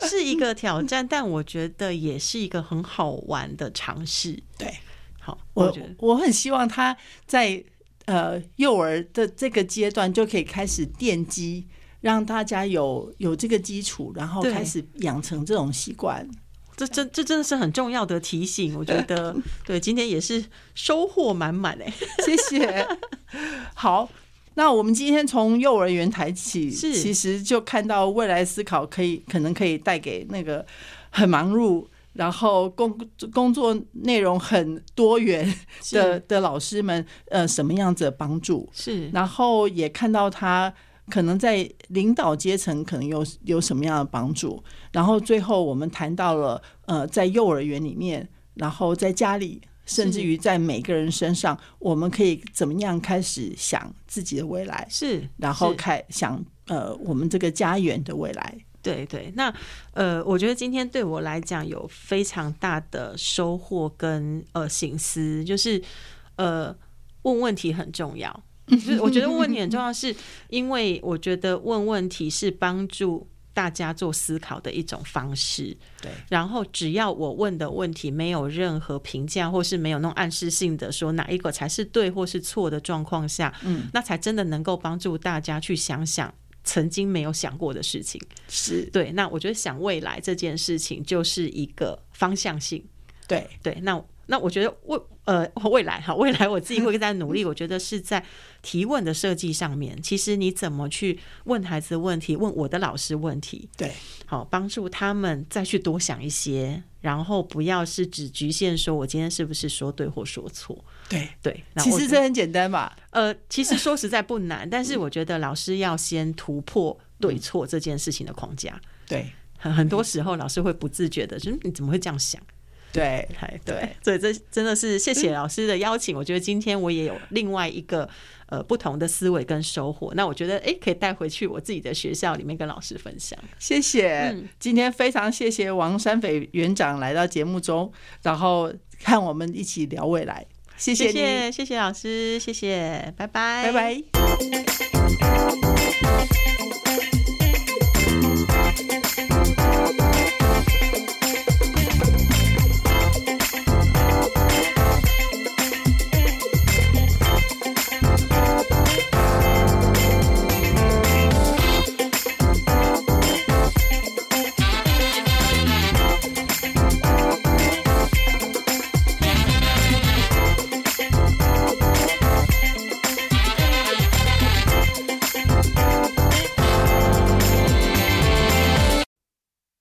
是一个挑战，但我觉得也是一个很好玩的尝试。
对
好，我
我
觉得
我很希望他在呃幼儿的这个阶段就可以开始奠基。让大家有有这个基础，然后
对
开始养成这种习惯。
这真这真的是很重要的提醒。我觉 得对，今天也是收获满满哎。
谢谢。好，那我们今天从幼儿园谈起，
是
其实就看到未来思考可以可能可以带给那个很忙碌，然后工工作内容很多元的的老师们，呃，什么样子的帮助？
是
然后也看到他可能在领导阶层可能有有什么样的帮助。然后最后我们谈到了呃，在幼儿园里面，然后在家里，甚至于在每个人身上，我们可以怎么样开始想自己的未来，
是，
然后
是
开想呃我们这个家园的未来。
对对，那呃，我觉得今天对我来讲有非常大的收获跟呃醒思，就是呃问问题很重要。就是我觉得问问题很重要，是因为我觉得问问题是帮助大家做思考的一种方式。
对，
然后只要我问的问题没有任何评价，或是没有那种暗示性的说哪一个才是对或是错的状况下，
嗯，
那才真的能够帮助大家去想想曾经没有想过的事情。
是
对，那我觉得想未来这件事情就是一个方向性。
对，
对，那那我觉得未呃未来哈，未来我自己会在 努力。我觉得是在提问的设计上面，其实你怎么去问孩子问题，问我的老师问题，
对，
好帮助他们再去多想一些，然后不要是只局限说我今天是不是说对或说错。
对。
对，那
其
我
实
觉得
这很简单嘛，
呃，其实说实在不难，但是我觉得老师要先突破对错这件事情的框架。
对
很很多时候老师会不自觉的，就是你怎么会这样想？
对
哎，对嗯
对，
所以这真的是谢谢老师的邀请。我觉得今天我也有另外一个呃不同的思维跟收获。那我觉得诶可以带回去我自己的学校里面跟老师分享。
谢谢，
嗯
今天非常谢谢王山匪园长来到节目中，然后和我们一起聊未来，谢
谢
你，
谢谢谢老师，谢谢，拜拜，
拜拜。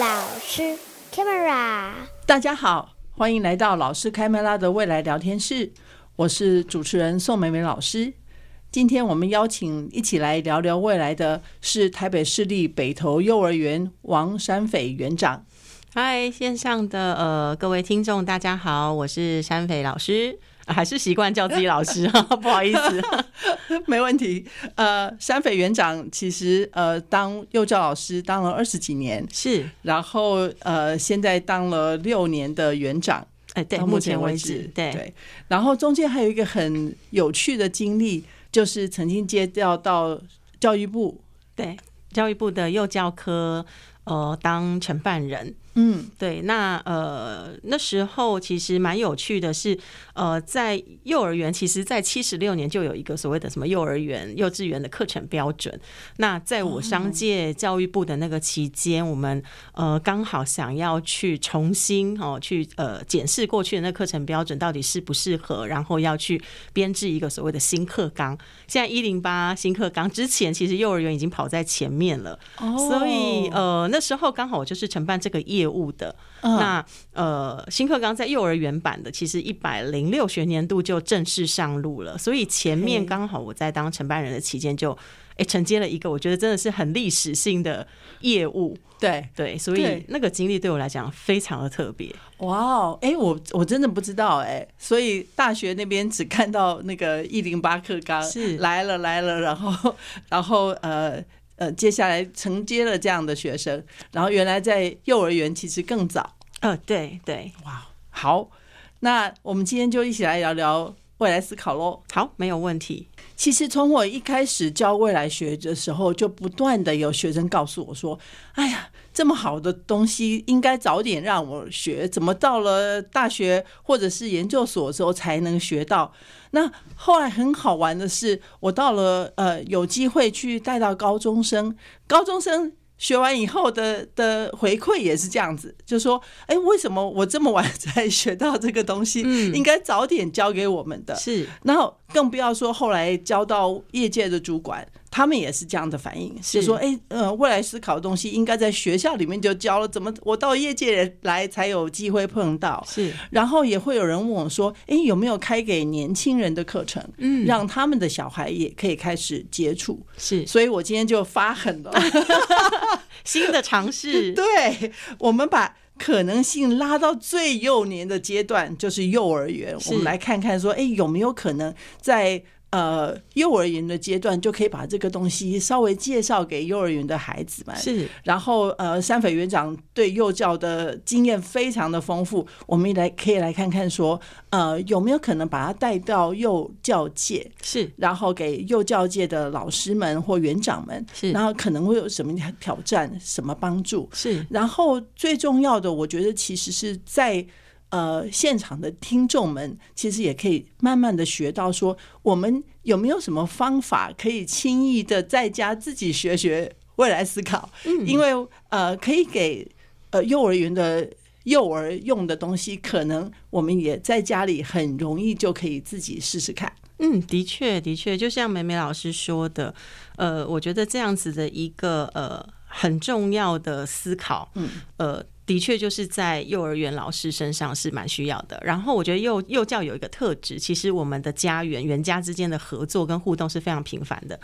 老师，camera，
大家好，欢迎来到老师开麦拉的未来聊天室，我是主持人宋美美老师。今天我们邀请一起来聊聊未来的是台北市立北投幼儿园王山匪园长。
嗨，线上的呃各位听众，大家好，我是山匪老师，啊还是习惯叫自己老师，啊 不好意思。
没问题。呃，山匪园长其实呃当幼教老师当了二十几年，
是，
然后呃现在当了六年的园长，
哎，对，
到
目
目
前
前
为
止
止，对，
对。然后中间还有一个很有趣的经历，就是曾经接调到教育部，
对，教育部的幼教科呃当承办人。
嗯，
对，那呃那时候其实蛮有趣的是，呃，在幼儿园，其实在七十六年就有一个所谓的什么幼儿园、幼稚园的课程标准。那在我商界教育部的那个期间，我们呃刚好想要去重新哦去呃检视过去的那课程标准到底适不适合，然后要去编制一个所谓的新课纲。现在一零八新课纲之前，其实幼儿园已经跑在前面了。
哦
所以呃，那时候刚好我就是承办这个业务的。
嗯
那呃，新课纲在幼儿园版的，其实一百零六学年度就正式上路了，所以前面
嘿
刚好我在当承办人的期间就。哎，承接了一个我觉得真的是很历史性的业务，
对，
对，所以
对
那个经历对我来讲非常的特别。
哇哦，哎，我我真的不知道哎、所以大学那边只看到那个一零八课纲
是
来了来了，然后 然后呃呃，接下来承接了这样的学生，然后原来在幼儿园其实更早，
呃，对对，
哇，好，那我们今天就一起来聊聊未来思考喽。
好，没有问题。
其实从我一开始教未来学的时候，就不断的有学生告诉我说：“哎呀，这么好的东西，应该早点让我学，怎么到了大学或者是研究所之后才能学到？”那后来很好玩的是，我到了呃有机会去带到高中生，高中生。学完以后的呃的回馈也是这样子，就说，哎、为什么我这么晚才学到这个东西？
嗯
应该
呃
早点教给我们的。
是
然后更不要说后来交到业界的主管，他们也是这样的反应，
是
就说，哎，呃，未来思考的东西应该在学校里面就教了，怎么我到业界来才有机会碰到？
是，
然后也会有人问我说，哎，有没有开给年轻人的课程，
嗯
让他们的小孩也可以开始接触？
是
所以我今天就发狠了，
新的尝 试，
对我们把。可能性拉到最幼年的阶段，就是幼儿园。
是
我们来看看说，哎、有没有可能在呃幼儿园的阶段就可以把这个东西稍微介绍给幼儿园的孩子们？
是
然后呃，山匪园长对幼教的经验非常的丰富，我们也来可以来看看说，呃，有没有可能把它带到幼教界，
是
然后给幼教界的老师们或园长们，
是
然后可能会有什么挑战、什么帮助。
是
然后最重要的，我觉得其实是在。呃，现场的听众们其实也可以慢慢的学到说，我们有没有什么方法可以轻易的在家自己学学未来思考？因为呃，可以给呃幼儿园的幼儿用的东西，可能我们也在家里很容易就可以自己试试看。
嗯，的确，的确，就像美美老师说的，呃，我觉得这样子的一个呃很重要的思考，
嗯，
呃，的确就是在幼儿园老师身上是蛮需要的。然后我觉得幼幼教有一个特质，其实我们的家园园家之间的合作跟互动是非常频繁的。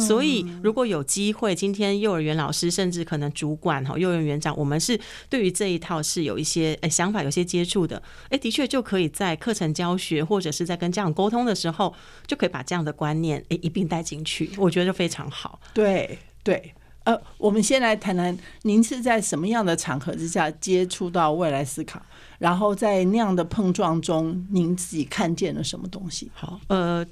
所以如果有机会，今天幼儿园老师甚至可能主管哈，幼儿园园长，我们是对于这一套是有一些诶、想法，有些接触的，诶、的确就可以在课程教学或者是在跟家长沟通的时候，就可以把这样的观念诶、一并带进去，我觉得非常好。
对对，呃，我们先来谈谈，您是在什么样的场合之下接触到未来思考？然后在那样的碰撞中，您自己看见了什么东西？
好，呃，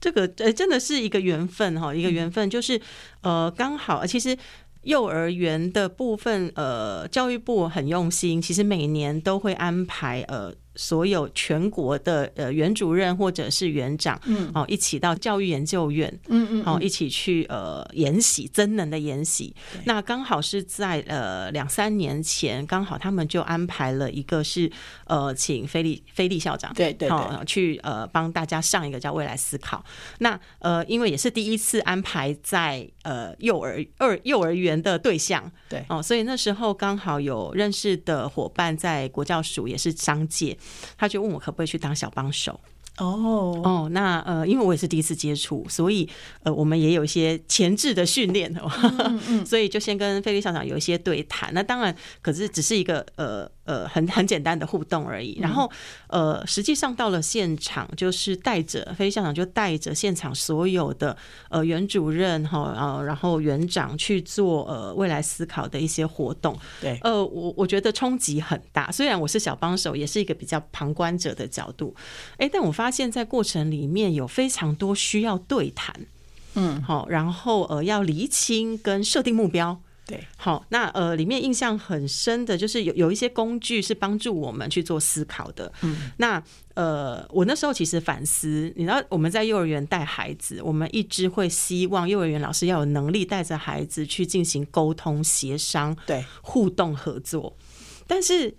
这个呃，真的是一个缘分哈，一个缘分就是呃，刚好呃其实。幼儿园的部分，呃，教育部很用心，其实每年都会安排呃所有全国的呃园主任或者是园长，
嗯
哦，一起到教育研究院，
嗯嗯
哦，一起去呃研习增能的研习。那刚好是在呃两三年前，刚好他们就安排了一个是呃请菲利菲利校长
对对对
哦去呃帮大家上一个叫未来思考。那呃因为也是第一次安排在呃幼儿二幼儿园的对象，
对
哦，所以那时候刚好有认识的伙伴在国教署也是商界，他就问我可不可以去当小帮手。
哦，
哦，那呃，因为我也是第一次接触，所以呃，我们也有一些前置的训练哦， 所以就先跟菲利校长有一些对谈。那当然，可是只是一个呃呃很很简单的互动而已。然后呃，实际上到了现场，就是带着菲利校长就带着现场所有的呃原主任哈，呃然后园长去做呃未来思考的一些活动。
对，
呃，我我觉得冲击很大。虽然我是小帮手，也是一个比较旁观者的角度，哎，但我发现在过程里面有非常多需要对谈，
嗯，
好，然后呃要厘清跟设定目标。
对，
好，那呃，里面印象很深的就是有有一些工具是帮助我们去做思考的。嗯，那呃，我那时候其实反思，你知道我们在幼儿园带孩子，我们一直会希望幼儿园老师要有能力带着孩子去进行沟通、协商，
对，
互动合作。但是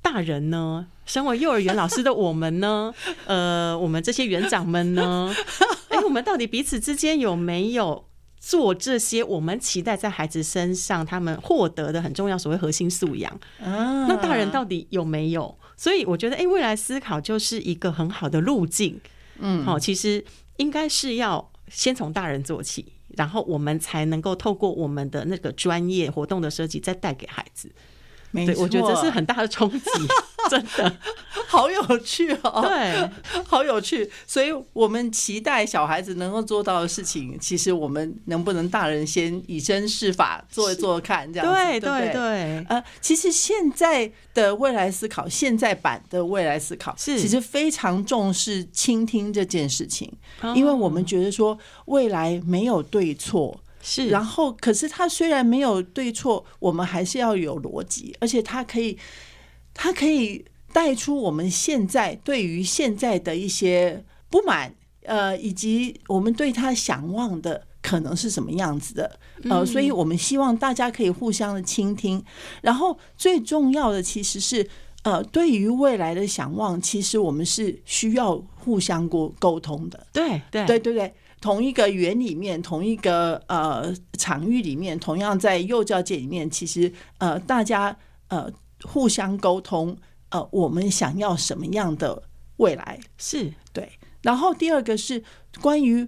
大人呢，身为幼儿园老师的我们呢， 呃，我们这些园长们呢， 哎、我们到底彼此之间有没有？做这些我们期待在孩子身上他们获得的很重要所谓核心素养，
啊
那大人到底有没有？所以我觉得，哎、未来思考就是一个很好的路径。
嗯，
好、其实应该是要先从大人做起，然后我们才能够透过我们的那个专业活动的设计，再带给孩子。
没
对，
错，
我觉得这是很大的冲击，真的。
好有趣哦，
对，
好有趣。所以我们期待小孩子能够做到的事情，其实我们能不能大人先以身试法做一做看，这样子，
对
对不
对对，
呃，其实现在的未来思考，现在版的未来思考，
是
其实非常重视倾听这件事情，因为我们
哦
觉得说未来没有对错，
是，
然后可是它虽然没有对错，我们还是要有逻辑，而且它可以，它可以带出我们现在对于现在的一些不满，呃，以及我们对它想望的。可能是什么样子的？呃，所以我们希望大家可以互相的倾听，然后最重要的其实是，呃，对于未来的想望，其实我们是需要互相沟沟通的。
对对
对对对，同一个园里面，同一个呃场域里面，同样在幼教界里面，其实呃大家呃互相沟通，呃我们想要什么样的未来，
是
对。然后第二个是关于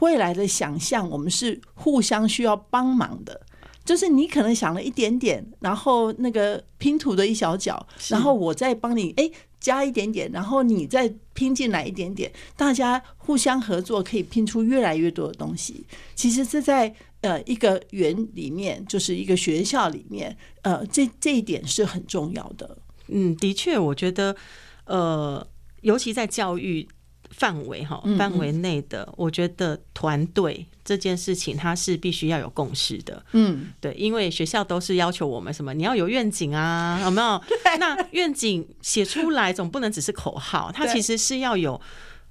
未来的想象，我们是互相需要帮忙的。就是你可能想了一点点，然后那个拼图的一小角，
是
然后我再帮你哎加一点点，然后你再拼进来一点点，大家互相合作可以拼出越来越多的东西。其实这在呃一个园里面，就是一个学校里面，呃这这一点是很重要的。
嗯，的确，我觉得，呃，尤其在教育范围哈
嗯嗯
范围内的，我觉得团队这件事情，它是必须要有共识的。
嗯，
对，因为学校都是要求我们什么，你要有愿景啊，有没 有？那愿景写出来总不能只是口号，它
对
其实是要有。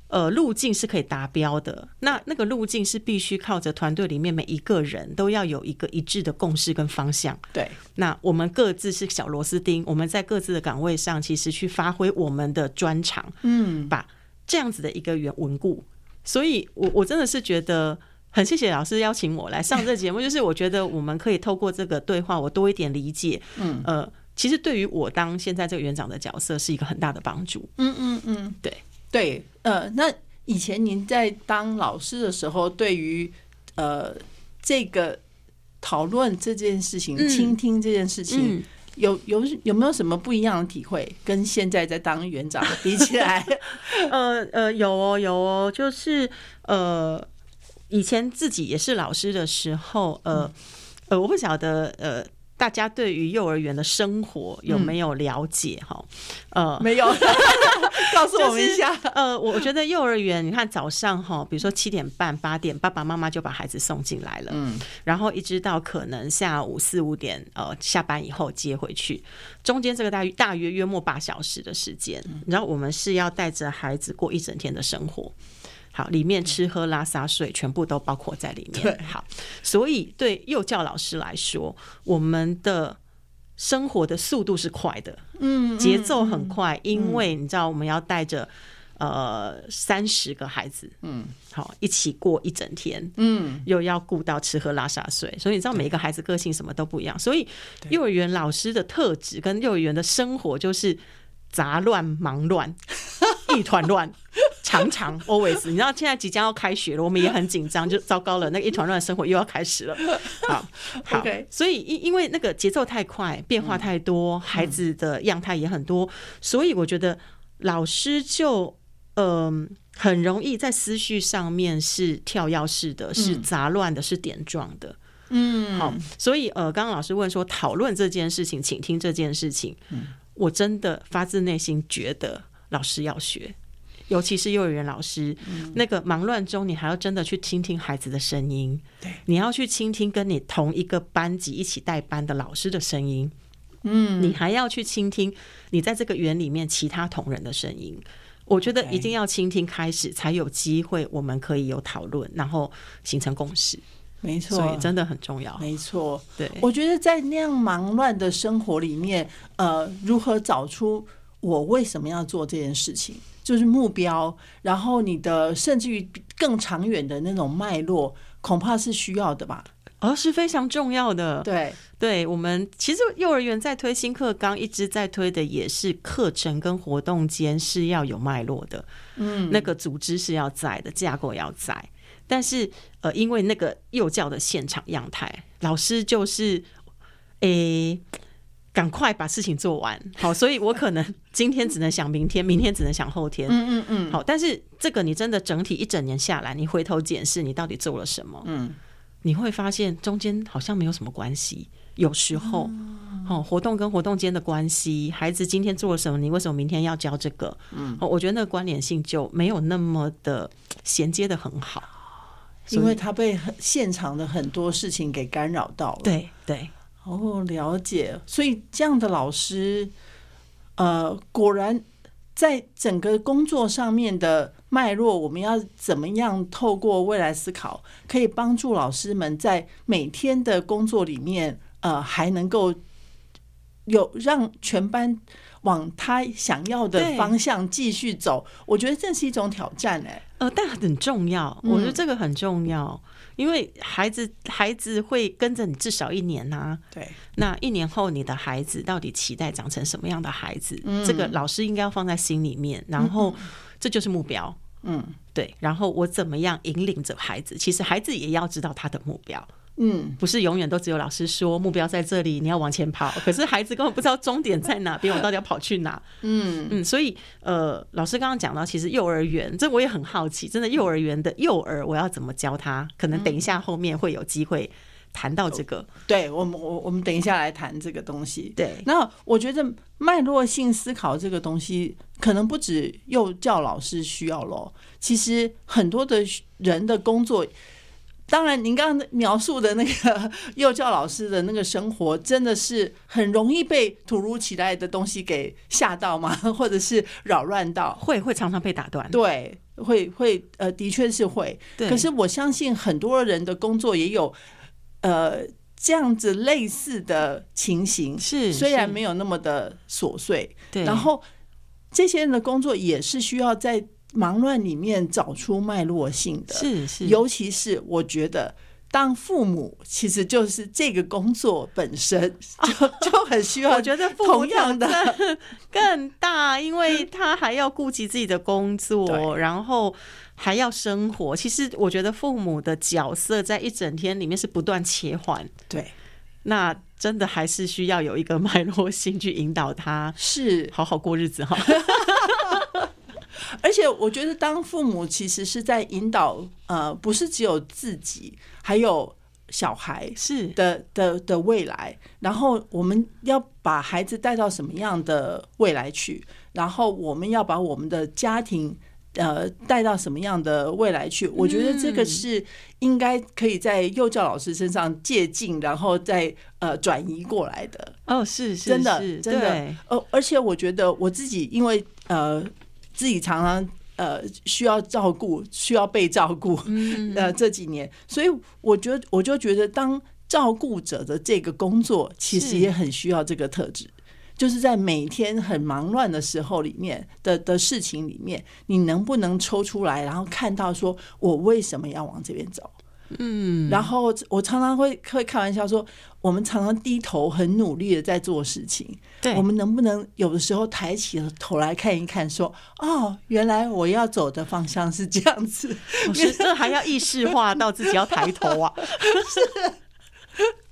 呃，路径是可以达标的，那那个路径是必须靠着团队里面每一个人都要有一个一致的共识跟方向。
对，
那我们各自是小螺丝钉，我们在各自的岗位上，其实去发挥我们的专长，
嗯，
把这样子的一个缘稳固。所以我，我真的是觉得很谢谢老师邀请我来上这节目，就是我觉得我们可以透过这个对话，我多一点理解，嗯，呃，其实对于我当现在这个园长的角色是一个很大的帮助。
嗯嗯嗯，
对
对，呃，那以前您在当老师的时候，对于呃这个讨论这件事情、
嗯
倾听这件事情，，有有有没有什么不一样的体会？跟现在在当园长比起 来，
呃呃，有哦有哦，就是呃，以前自己也是老师的时候，呃呃，我不晓得呃，大家对于幼儿园的生活有没有了解哈？呃，
没有， 告诉我们
就是
一下。
呃，我我觉得幼儿园，你看早上哈，比如说七点半、八点，爸爸妈妈就把孩子送进来了，
嗯，
然后一直到可能下午四五点，呃，下班以后接回去，中间这个大约大约约莫八小时的时间，
嗯
然后我们是要带着孩子过一整天的生活。好，里面吃喝拉撒睡全部都包括在里面
对。
好，所以对幼教老师来说，我们的生活的速度是快的，
嗯
节奏很快，因为你知道我们要带着呃三十个孩子，嗯，好一起过一整天，
嗯，
又要顾到吃喝拉撒睡，所以你知道每一个孩子个性什么都不一样，所以幼儿园老师的特质跟幼儿园的生活就是杂乱、忙乱、一团乱。常常 always，你知道现在即将要开学了，我们也很紧张，就糟糕了，那个一团乱的生活又要开始了。好，好
OK
所以因因为那个节奏太快，变化太多，孩子的样态也很多，所以我觉得老师就嗯、很容易在思绪上面是跳跃式的，是杂乱的，是点状的。
嗯，
好，所以呃，刚刚老师问说讨论这件事情，请听这件事情，我真的发自内心觉得老师要学。尤其是幼儿园老师，那个忙乱中，你还要真的去倾听孩子的声音，
对，
你要去倾听跟你同一个班级一起带班的老师的声音，
嗯，
你还要去倾听你在这个园里面其他同仁的声音。我觉得
OK
一定要倾听开始，才有机会我们可以有讨论，然后形成共识，
没
所
错
以，真的很重要。
没错。
对，
我觉得在那样忙乱的生活里面，呃，如何找出我为什么要做这件事情，就是目标，然后你的甚至于更长远的那种脉络，恐怕是需要的吧？
而、哦是非常重要的。
对，
对我们其实幼儿园在推新课纲，一直在推的也是课程跟活动间是要有脉络的，嗯，那个组织是要在的，架构要在。但是呃，因为那个幼教的现场样态，老师就是诶。赶快把事情做完，好，所以我可能今天只能想明 天，明天只能想后天，
嗯嗯嗯，
好，但是这个你真的整体一整年下来，你回头检视你到底做了什么，
嗯，
你会发现中间好像没有什么关系。有时候，哦，活动跟活动间的关系，孩子今天做了什么，你为什么明天要教这个？嗯，我觉得那个关联性就没有那么的衔接的很好。所以
因为他被很现场的很多事情给干扰到了。
对对，
哦，了解。所以这样的老师，呃，果然在整个工作上面的脉络，我们要怎么样透过未来思考，可以帮助老师们在每天的工作里面，呃，还能够有让全班。往他想要的
对
方向继续走，我觉得这是一种挑战哎、
呃，但很重要，我觉得这个很重要，因为孩子孩子会跟着你至少一年呐、
对，
那一年后，你的孩子到底期待长成什么样的孩子？这个老师应该要放在心里面，然后这就是目标。
嗯
对，然后我怎么样引领着孩子？其实孩子也要知道他的目标，
嗯，
不是永远都只有老师说目标在这里，你要往前跑。可是孩子根本不知道终点在哪边，我到底要跑去哪？
嗯
嗯，所以呃，老师刚刚讲到，其实幼儿园，这我也很好奇，真的幼儿园的幼儿，我要怎么教他？可能等一下后面会有机会谈到这个。
对我们我我们等一下来谈这个东西。
对，
那我觉得脉络性思考这个东西，可能不止幼教老师需要咯，其实很多的人的工作，当然您刚刚描述的那个 幼教老师的那个生活，真的是很容易被突如其来的东西给吓到吗？ 或者是扰乱到？
会会常常被打断。
对，会会呃，的确是会。
对，
可是我相信很多人的工作也有呃这样子类似的情形，
是
虽然
是
没有那么的琐碎，
对，
然后这些人的工作也是需要在忙乱里面找出脉络性的，
是是
尤其是我觉得。当父母其实就是这个工作本身 就就很需要，
我觉得父母
同样的，
更大，因为他还要顾及自己的工作，
对
然后还要生活。其实我觉得父母的角色在一整天里面是不断切换，
对，
那真的还是需要有一个脉络性去引导他
是
好好过日子哈。
而且我觉得，当父母其实是在引导，呃，不是只有自己，还有小孩
是
的的的未来。然后我们要把孩子带到什么样的未来去？然后我们要把我们的家庭。呃，带到什么样的未来去？我觉得这个是应该可以在幼教老师身上借鉴，然后再呃转移过来的。
哦，是是
真的
是
真的
对。
呃，而且我觉得我自己因为呃自己常常呃需要照顾，需要被照顾， 嗯、呃这几年，所以我觉得我就觉得当照顾者的这个工作，其
是
实也很需要这个特质。就是在每天很忙乱的时候里面的的事情里面，你能不能抽出来，然后看到说我为什么要往这边走？嗯，然后我常常会会开玩笑说，我们常常低头很努力的在做事情，
对，
我们能不能有的时候抬起头来看一看说哦，原来我要走的方向是这样子。
我是这还要意识化到自己要抬头啊，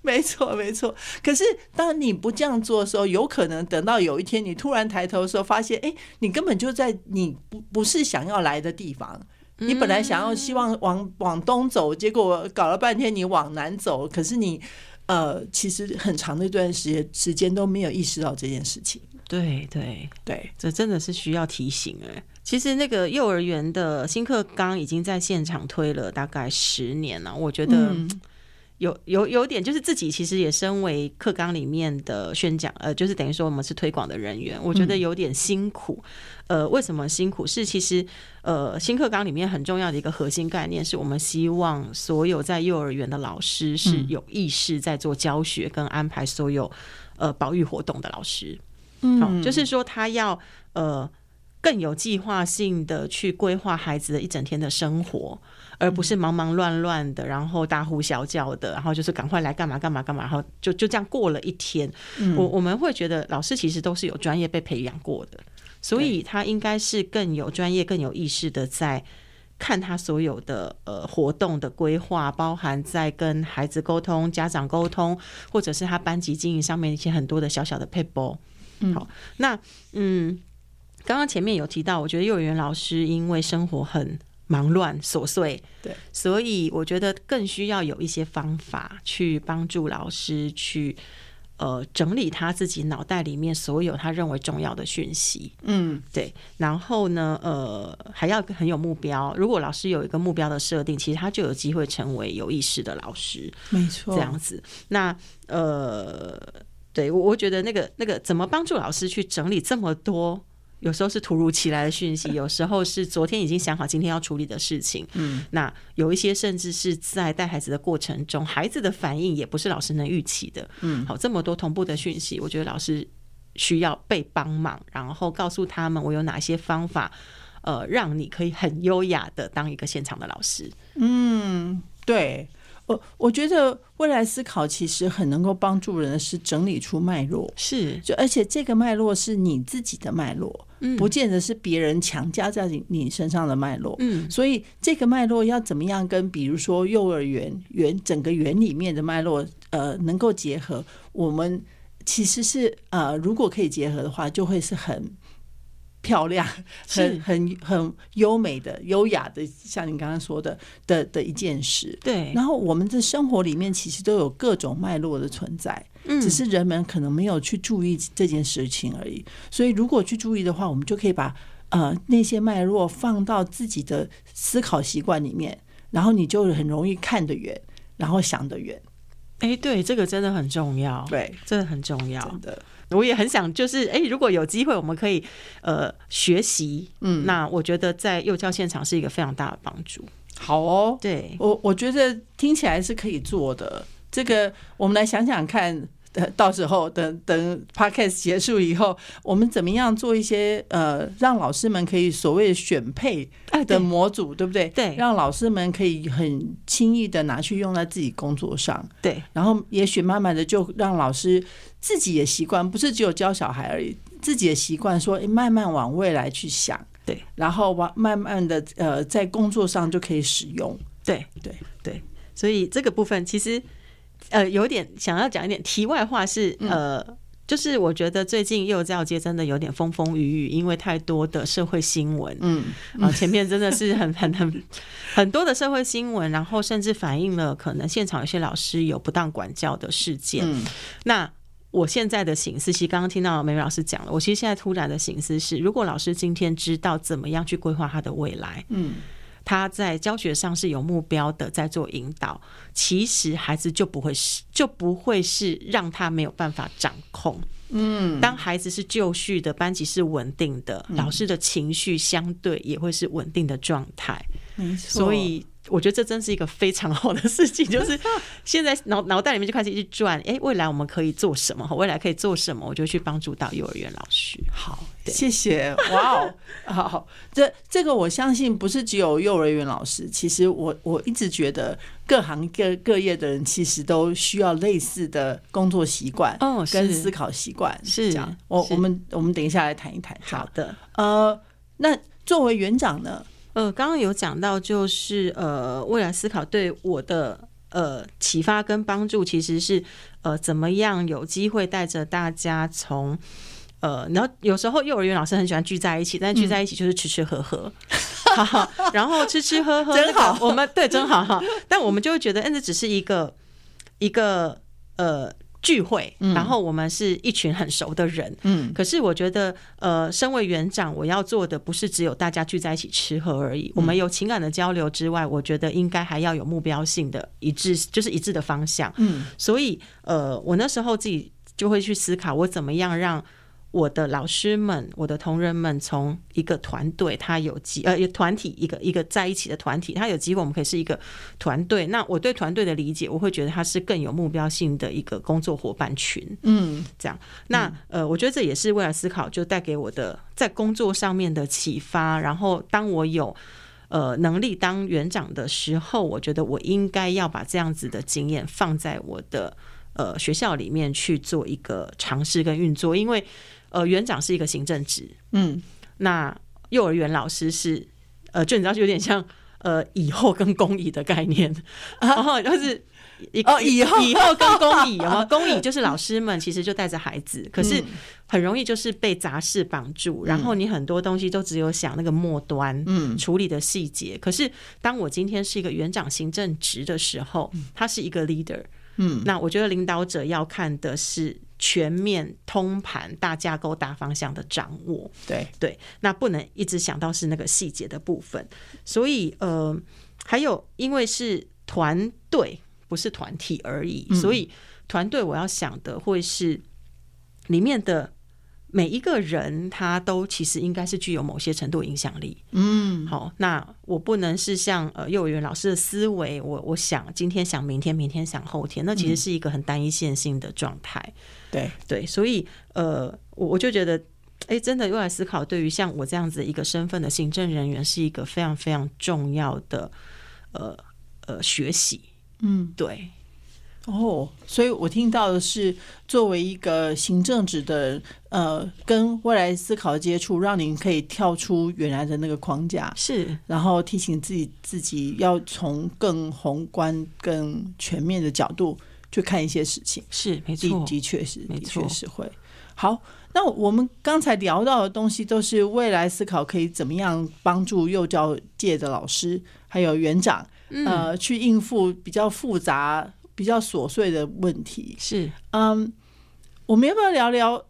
没错，没错。可是当你不这样做的时候，有可能等到有一天你突然抬头的时候，发现哎，诶你根本就在你不不是想要来的地方。你本来想要希望
嗯
往往东走，结果搞了半天你往南走，可是你呃，其实很长的一段时间时间都没有意识到这件事情。
对对，
对，
这真的是需要提醒哎、其实那个幼儿园的新课纲已经在现场推了大概十年了，我觉得
嗯
有有有点就是自己其实也身为课纲里面的宣讲，呃，就是等于说我们是推广的人员，我觉得有点辛苦。呃，为什么辛苦？是其实呃新课纲里面很重要的一个核心概念，是我们希望所有在幼儿园的老师是有意识在做教学跟安排所有呃保育活动的老师。好、就是说他要呃更有计划性的去规划孩子的一整天的生活，而不是忙忙乱乱的，然后大呼小叫的，然后就是赶快来干嘛干嘛干嘛，然后就就这样过了一天。我我们会觉得老师其实都是有专业被培养过的，所以他应该是更有专业、更有意识的在。看他所有的呃活动的规划，包含在跟孩子沟通、家长沟通，或者是他班级经营上面一些很多的小小的 paper。好，那嗯，刚刚前面有提到，我觉得幼儿园老师因为生活很忙乱琐碎，
对，
所以我觉得更需要有一些方法去帮助老师去呃整理他自己脑袋里面所有他认为重要的讯息。
嗯，
对，然后呢，呃，还要很有目标。如果老师有一个目标的设定，其实他就有机会成为有意识的老师。
没错
这样子。那呃，对我我觉得那个那个怎么帮助老师去整理这么多？有时候是突如其来的讯息，有时候是昨天已经想好今天要处理的事情。嗯，那有一些甚至是在带孩子的过程中，孩子的反应也不是老师能预期的。嗯，好，这么多同步的讯息，我觉得老师需要被帮忙，然后告诉他们我有哪些方法，呃，让你可以很优雅的当一个现场的老师。
嗯，对，我我觉得未来思考其实很能够帮助人的是整理出脉络，
是，
就而且这个脉络是你自己的脉络，
嗯
不见得是别人强加在你你身上的脉络。
嗯
所以这个脉络要怎么样跟比如说幼儿园园整个园里面的脉络呃能够结合，我们其实是呃如果可以结合的话，就会是很漂亮、
是
很很很优美的、优雅的，像你刚刚说的的的一件事。
对，
然后我们的生活里面其实都有各种脉络的存在，
嗯
只是人们可能没有去注意这件事情而已。所以如果去注意的话，我们就可以把呃那些脉络放到自己的思考习惯里面，然后你就很容易看得远，然后想得远。
哎、对，这个真的很重要，，
对，
真的很重要
真。的，
我也很想，就是哎、诶如果有机会，我们可以呃学习，
嗯，
那我觉得在幼教现场是一个非常大的帮助。
好哦。
对，
我我觉得听起来是可以做的。这个我们来想想看，呃，到时候等等 podcast 结束以后，我们怎么样做一些呃，让老师们可以所谓选配
哎
的
对
模组，啊对不对？
对
让老师们可以很轻易的拿去用在自己工作上，
对，
然后也许慢慢的就让老师自己也习惯，不是只有教小孩而已，自己也习惯说，诶慢慢往未来去想，
对，
然后往慢慢的呃，在工作上就可以使用，
对
对
对，所以这个部分其实呃有点想要讲一点题外话是
嗯
呃。就是我觉得最近幼教界真的有点风风雨雨，因为太多的社会新闻啊、
嗯。
前面真的是很 很很很多的社会新闻，然后甚至反映了可能现场有些老师有不当管教的事件。
嗯
那我现在的形式，其实刚刚听到美美老师讲了，我其实现在突然的形式是，如果老师今天知道怎么样去规划他的未来，
嗯
他在教学上是有目标的，在做引导，其实孩子就不会是就不会是让他没有办法掌控。嗯，当孩子是就绪的，班级是稳定的，
嗯
老师的情绪相对也会是稳定的状态。，
没错。
所以我觉得这真是一个非常好的 事情，就是现在脑脑袋里面就开始一直转，哎、未来我们可以做什么？未来可以做什么？我就去帮助到幼儿园老师。
好，谢谢。哇哦，好，这这个我相信不是只有幼儿园老师，其实我我一直觉得各行各各业的人其实都需要类似的工作习惯，
哦
跟
是
思考习惯
是
这样。我
是
我们我们等一下来谈一谈。这样
好，的，
呃，那作为园长呢？
呃，刚刚有讲到就是呃，未来思考对我的。呃，启发跟帮助其实是呃，怎么样有机会带着大家从呃，然后有时候幼儿园老师很喜欢聚在一起，但
嗯
是聚在一起就是吃吃喝喝， 好，然后吃吃喝喝，
真好
那个我们对真好哈，但我们就会觉得，嗯，这只是一个一个呃聚会，然后我们是一群很熟的人，
嗯
可是我觉得，呃，身为园长，我要做的不是只有大家聚在一起吃喝而
嗯
已。我们有情感的交流之外，我觉得应该还要有目标性的一致， 就是一致的方向。
嗯
所以，呃，我那时候自己就会去思考，我怎么样让我的老师们、我的同仁们从一个团队，他有机呃一个团体一个一个在一起的团体，他有机会我们可以是一个团队。那我对团队的理解，我会觉得他是更有目标性的一个工作伙伴群。
嗯
这样。那呃，我觉得这也是未来思考就带给我的在工作上面的启发。然后，当我有呃能力当园长的时候，我觉得我应该要把这样子的经验放在我的呃学校里面去做一个尝试跟运作，因为呃园长是一个行政职，
嗯，
那幼儿园老师是呃，就你知道，有点像呃以后跟公益的 概念，然后就是。一
啊哦以后
以后跟公 益有吗？公益就是老师们其实就带着孩
嗯
子，可是很容易就是被杂事绑住，然后你很多东西都只有想那个末端，嗯，处理的细节。可是当我今天是一个园长行政职的时候，他是一个 leader，嗯，那我觉得领导者要看的是全面通盘、大架构、大方向的掌握，
对，
对，那不能一直想到是那个细节的部分。所以呃，还有因为是团队，不是团体而已，所以团队我要想的会是里面的。每一个人他都其实应该是具有某些程度影响力。
嗯
好，那我不能是像呃幼儿园老师的思维，我我想今天想明天，明天想后天，那其实是一个很单一线性的状态。
对，
对，所以呃，我我就觉得，哎，真的用来思考，对于像我这样子一个身份的行政人员，是一个非常非常重要的呃呃学习。
嗯，
对，
哦，所以我听到的是，作为一个行政职的，呃，跟未来思考的接触，让您可以跳出原来的那个框架，
是
然后提醒自己自己要从更宏观、更全面的角度去看一些事情。
是，没
的
错，
的确是，
没
的
错
确是会。好，那我们刚才聊到的东西都是未来思考可以怎么样帮助幼教界的老师还有园长，
嗯
呃，去应付比较复杂、比较琐碎的问题。
是
嗯，我们要不要聊聊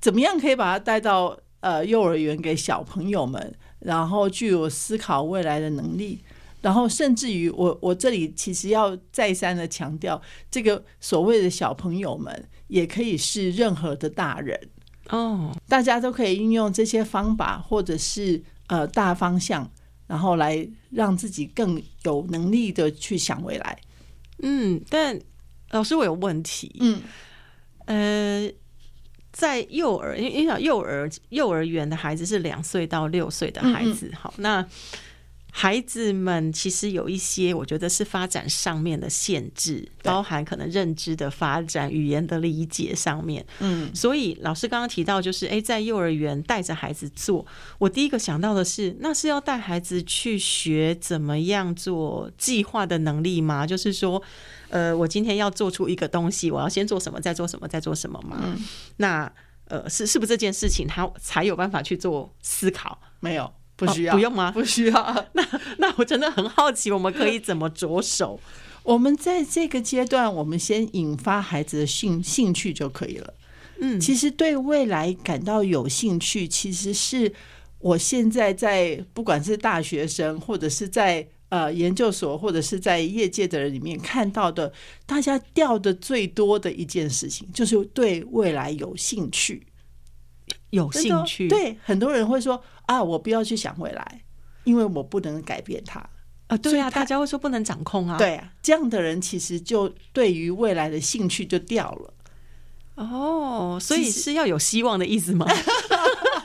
怎么样可以把它带到呃幼儿园给小朋友们，然后具有思考未来的能力？然后，甚至于我我这里其实要再三的强调，这个所谓的小朋友们也可以是任何的大人，
哦，
大家都可以运用这些方法或者是呃大方向，然后来让自己更有能力的去想未来。
嗯，但老师我有问题，
嗯，
呃，在幼儿，因为因为幼儿幼儿园的孩子是两岁到六岁的孩子，好，那孩子们其实有一些，我觉得是发展上面的限制，包含可能认知的发展、语言的理解上面。
嗯，
所以老师刚刚提到，就是诶，在幼儿园带着孩子做，我第一个想到的是，那是要带孩子去学怎么样做计划的能力吗？就是说，呃，我今天要做出一个东西，我要先做什么，再做什么，再做什么嘛？
嗯
那呃，是是不是这件事情他才有办法去做思考？
没有，不
哦
需要，
不用吗
不需要。
那那我真的很好奇，我们可以怎么着手？
我们在这个阶段，我们先引发孩子的兴兴趣就可以了。
嗯，
其实对未来感到有兴趣，其实是我现在呃在不管是大学生，或者是在呃研究所，或者是在业界的人里面看到的，大家掉的最多的一件事情，就是对未来有兴趣。
有
真的哦
兴趣，
对很多人会说啊，我不要去想未来，因为我不能改变它。
啊，对
所以
啊，
他
大家会说不能掌控啊，，
对啊，这样的人其实就对于未来的兴趣就掉了。
哦，所以
其实
是要有希望的意思吗？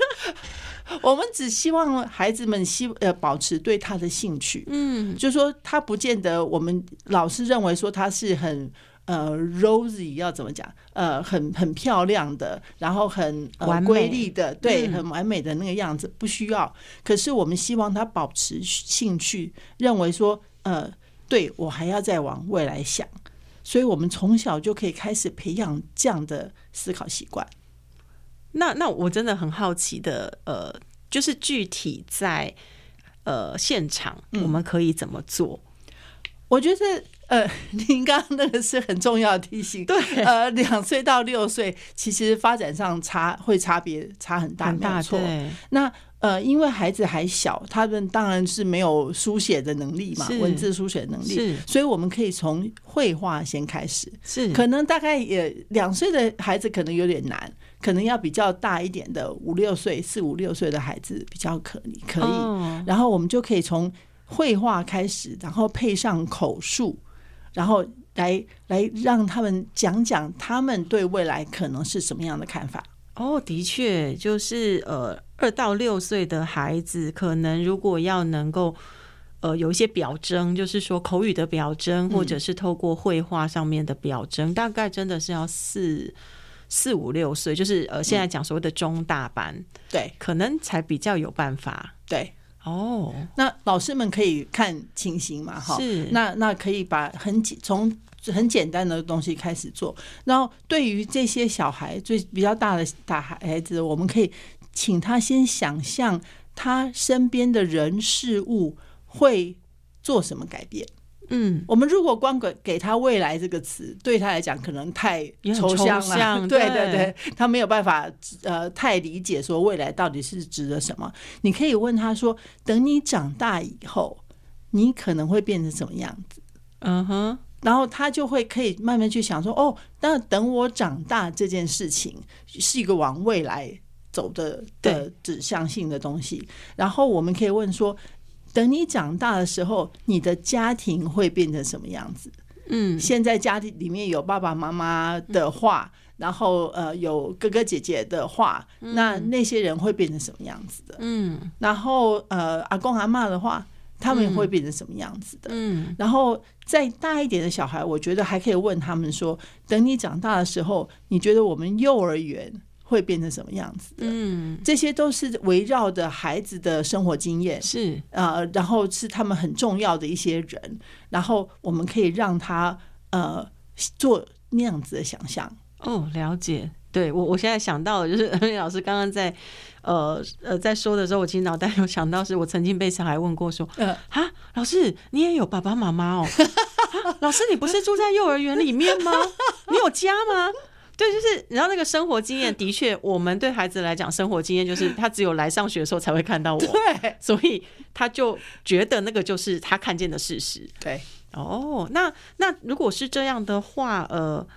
我们只希望孩子们希呃保持对他的兴趣，
嗯，
就说他不见得我们老师认为说他是很呃 rosy 要怎么讲呃很很漂亮的，然后很呃
完美
瑰丽的，对，
嗯
很完美的那个样子不需要。可是我们希望他保持兴趣，认为说呃对我还要再往未来想，所以我们从小就可以开始培养这样的思考习惯。
那那我真的很好奇的，呃，就是具体在呃现场
嗯
我们可以怎么做？
我觉得，呃，您刚刚那个是很重要的提醒。对，呃，两岁到六岁，其实发展上差会差别差很大，
很
没
大
有错。
对，
那呃，因为孩子还小，他们当然是没有书写的能力嘛
是，
文字书写的能力，
是
所以我们可以从绘画先开始。
是，
可能大概也两岁的孩子可能有点难，可能要比较大一点的五六岁、四五六岁的孩子比较可以可以。
哦
然后我们就可以从绘画开始，然后配上口述，然后来来让他们讲讲他们对未来可能是什么样的看法。
哦，的确，就是呃，二到六岁的孩子，可能如果要能够。呃，有一些表征，就是说口语的表征，或者是透过绘画上面的表征，大概真的是要四四五六岁，就是呃，现在讲所谓的中大班，
对
可能才比较有办法
对，
哦。
那老师们可以看情形嘛，哈，
是
那那可以把很简从很简单的东西开始做，然后对于这些小孩最比较大的大孩子，我们可以请他先想象他身边的人事物会做什么改变。
嗯，
我们如果光给给他“未来”这个词，对他来讲可能太
也很
抽象
抽
了，
象
对对
对
对，他没有办法呃太理解说未来到底是指的什么。你可以问他说：“等你长大以后，你可能会变成什么样子
嗯哼，？”
然后他就会可以慢慢去想说：“哦，那等我长大这件事情是一个往未来走的的指向性的东西。”然后我们可以问说：“等你长大的时候，你的家庭会变成什么样子？”
嗯，
现在家里里面有爸爸妈妈的话，然后呃有哥哥姐姐的话，那那些人会变成什么样子的？
嗯
然后呃阿公阿嬷的话，他们会变成什么样子的？
嗯
然后再大一点的小孩，我觉得还可以问他们说：等你长大的时候，你觉得我们幼儿园会变成什么样子的？
嗯，
这些都是围绕着孩子的生活经验，
是
呃，然后是他们很重要的一些人，然后我们可以让他呃做那样子的想象。
哦，了解。对我，我现在想到的就是 恩丽老师刚刚在，呃呃，在说的时候，我其实脑袋有想到，是我曾经被小孩问过说，
呃，
啊，老师，你也有爸爸妈妈哦？ 啊老师，你不是住在幼儿园里面吗？ 你有家吗？对，就是你知道那个生活经验，的确，我们对孩子来讲，生活经验就是他只有来上学的时候才会看到我，
对
所以他就觉得那个就是他看见的事实。
对，
哦，那那如果是这样的话，呃，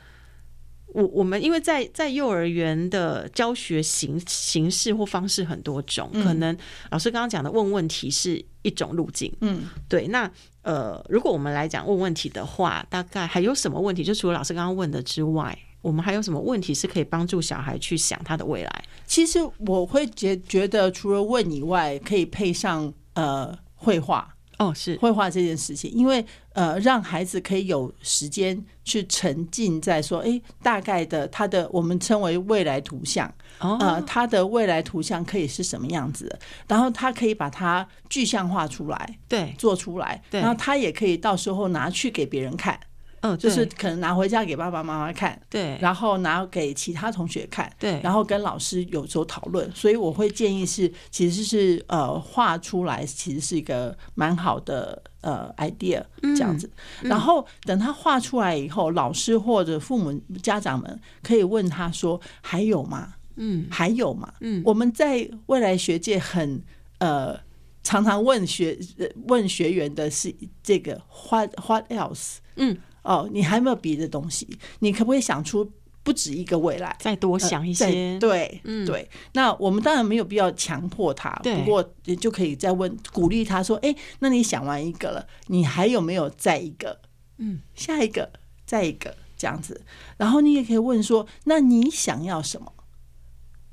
我我们因为在在幼儿园的教学形形式或方式很多种，
嗯
可能老师刚刚讲的问问题是一种路径。
嗯
对，那呃，如果我们来讲问问题的话，大概还有什么问题？就除了老师刚刚问的之外，我们还有什么问题是可以帮助小孩去想他的未来？
其实我会觉觉得，除了问以外，可以配上呃绘画。
哦，是，
绘画这件事情，因为呃，让孩子可以有时间去沉浸在说，诶，大概的他的我们称为未来图像，
哦，
呃，他的未来图像可以是什么样子的，然后他可以把它具象化出来，
对，
做出来，
对
然后他也可以到时候拿去给别人看，
嗯、
就是
对
可能拿回家给爸爸妈妈看，
对，
然后拿给其他同学看，
对
然后跟老师有时候讨论，所以我会建议是，其实是呃画出来，其实是一个蛮好的呃 idea
嗯
这样子。然后等他画出来以后，老师或者父母家长们可以问他说：“还有吗？
嗯
还有吗？”
嗯
我们在未来学界很呃常常问学呃问学员的是这个 what what else。
嗯，
哦，你还有没有别的东西？你可不可以想出不止一个未来？
再多
我
想一些，
呃对，
嗯
对。那我们当然没有必要强迫他，
对
不过也就可以再问鼓励他说：“哎、那你想完一个了，你还有没有再一个？
嗯，
下一个，再一个这样子。”然后你也可以问说：“那你想要什么？”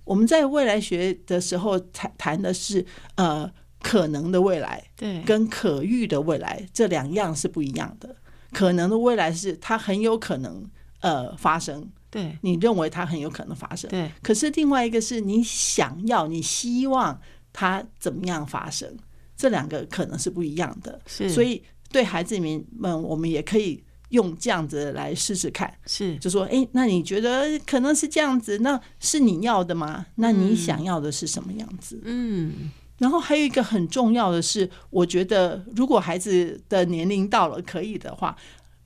我们在未来学的时候谈谈的是呃可能的未来，
对，
跟可遇的未来这两样是不一样的。可能的未来是它很有可能呃发生，
对
你认为它很有可能发生。
对，
可是另外一个是你想要，你希望它怎么样发生，这两个可能是不一样的。
是，
所以对孩子们们，我们也可以用这样子来试试看。
是
就说，哎、那你觉得可能是这样子？那是你要的吗？那你
嗯
想要的是什么样子？
嗯
然后还有一个很重要的是，我觉得如果孩子的年龄到了可以的话，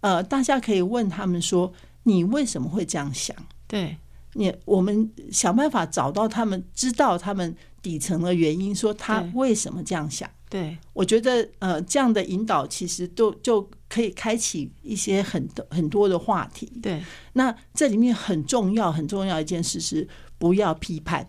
呃，大家可以问他们说：“你为什么会这样想
对？”
你我们想办法找到他们，知道他们底层的原因，说他
对
为什么这样想。
对
我觉得，呃，这样的引导其实都就可以开启一些很多很多的话题。
对，
那这里面很重要、很重要一件事是，不要批判，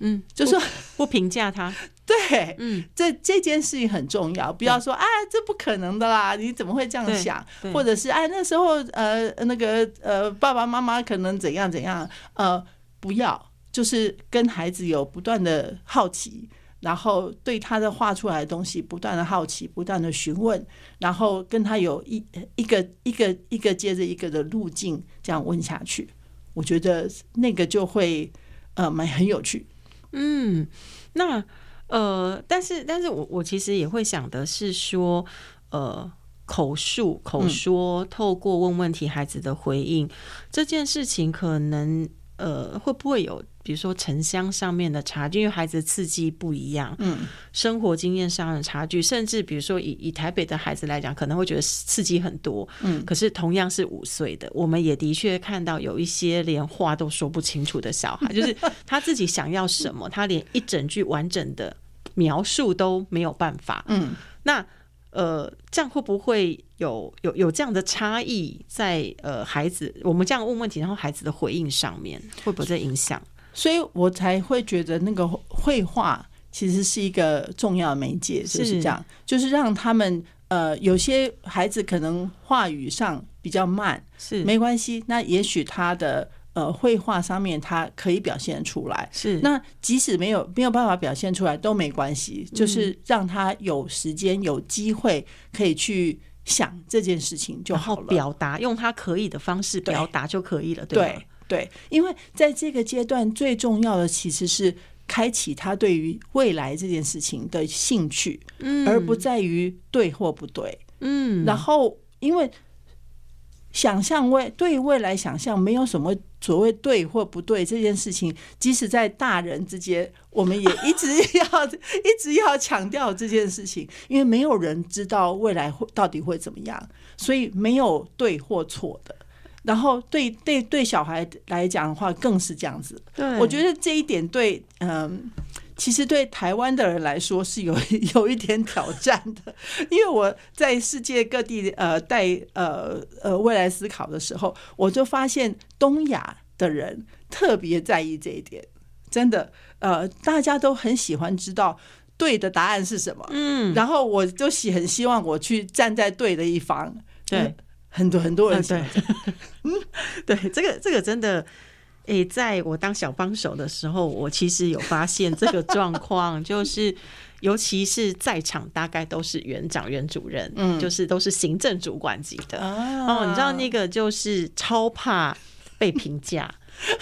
嗯，
就
不
说
不评价他，
对，
嗯，
这这件事情很重要，不要说啊，这不可能的啦，你怎么会这样
嗯对
嗯想？
对
或者是哎，那时候呃，那个呃，爸爸妈妈可能怎样怎样，呃，不要，就是跟孩子有不断的好奇，然后对他的画出来的东西不断的好奇，不断的询问，然后跟他有一一个一个一个接着一个的路径这样问下去，我觉得那个就会呃蛮很有趣，
嗯，那呃，但是但是我我其实也会想的是说，呃，口述口说，透过问问题孩子的回应这件事情，可能呃会不会有比如说城乡上面的差距，因为孩子刺激不一样，
嗯，
生活经验上的差距，甚至比如说以以台北的孩子来讲，可能会觉得刺激很多，
嗯
可是同样是五岁的，我们也的确看到有一些连话都说不清楚的小孩， 就是他自己想要什么，他连一整句完整的描述都没有办法。
嗯。
那呃，这样会不会有有有这样的差异在呃孩子我们这样问问题，然后孩子的回应上面会不会有这影响？
所以我才会觉得那个绘画其实是一个重要的媒介，
是
就是这样，就是让他们呃，有些孩子可能话语上比较慢，
是
没关系，那也许他的呃绘画上面它可以表现出来。
是
那即使没有没有办法表现出来都没关系，
嗯
就是让他有时间、有机会可以去想这件事情就
然后
好了。
表达用他可以的方式表达就可以了，对
对
吗？
对，因为在这个阶段最重要的其实是开启他对于未来这件事情的兴趣，
嗯
而不在于对或不对。
嗯，
然后因为想象未对未来想象没有什么所谓对或不对这件事情，即使在大人之间，我们也一直要 一直要强调这件事情，因为没有人知道未来会到底会怎么样，所以没有对或错的。然后对对对小孩来讲的话，更是这样子。
对，
我觉得这一点对，嗯，其实对台湾的人来说是有 有一点挑战的，因为我在世界各地呃带呃呃未来思考的时候，我就发现东亚的人特别在意这一点，真的，呃，大家都很喜欢知道对的答案是什么，
嗯，
然后我就喜很希望我去站在对的一方，嗯
对，
很多很多人
嗯
喜欢
对，嗯 对，这个这个真的。诶、在我当小帮手的时候，我其实有发现这个状 况，就是尤其是在场大概都是园长、园主任，嗯，就是都是行政主管级的，
啊
哦，你知道那个就是超怕被 评价，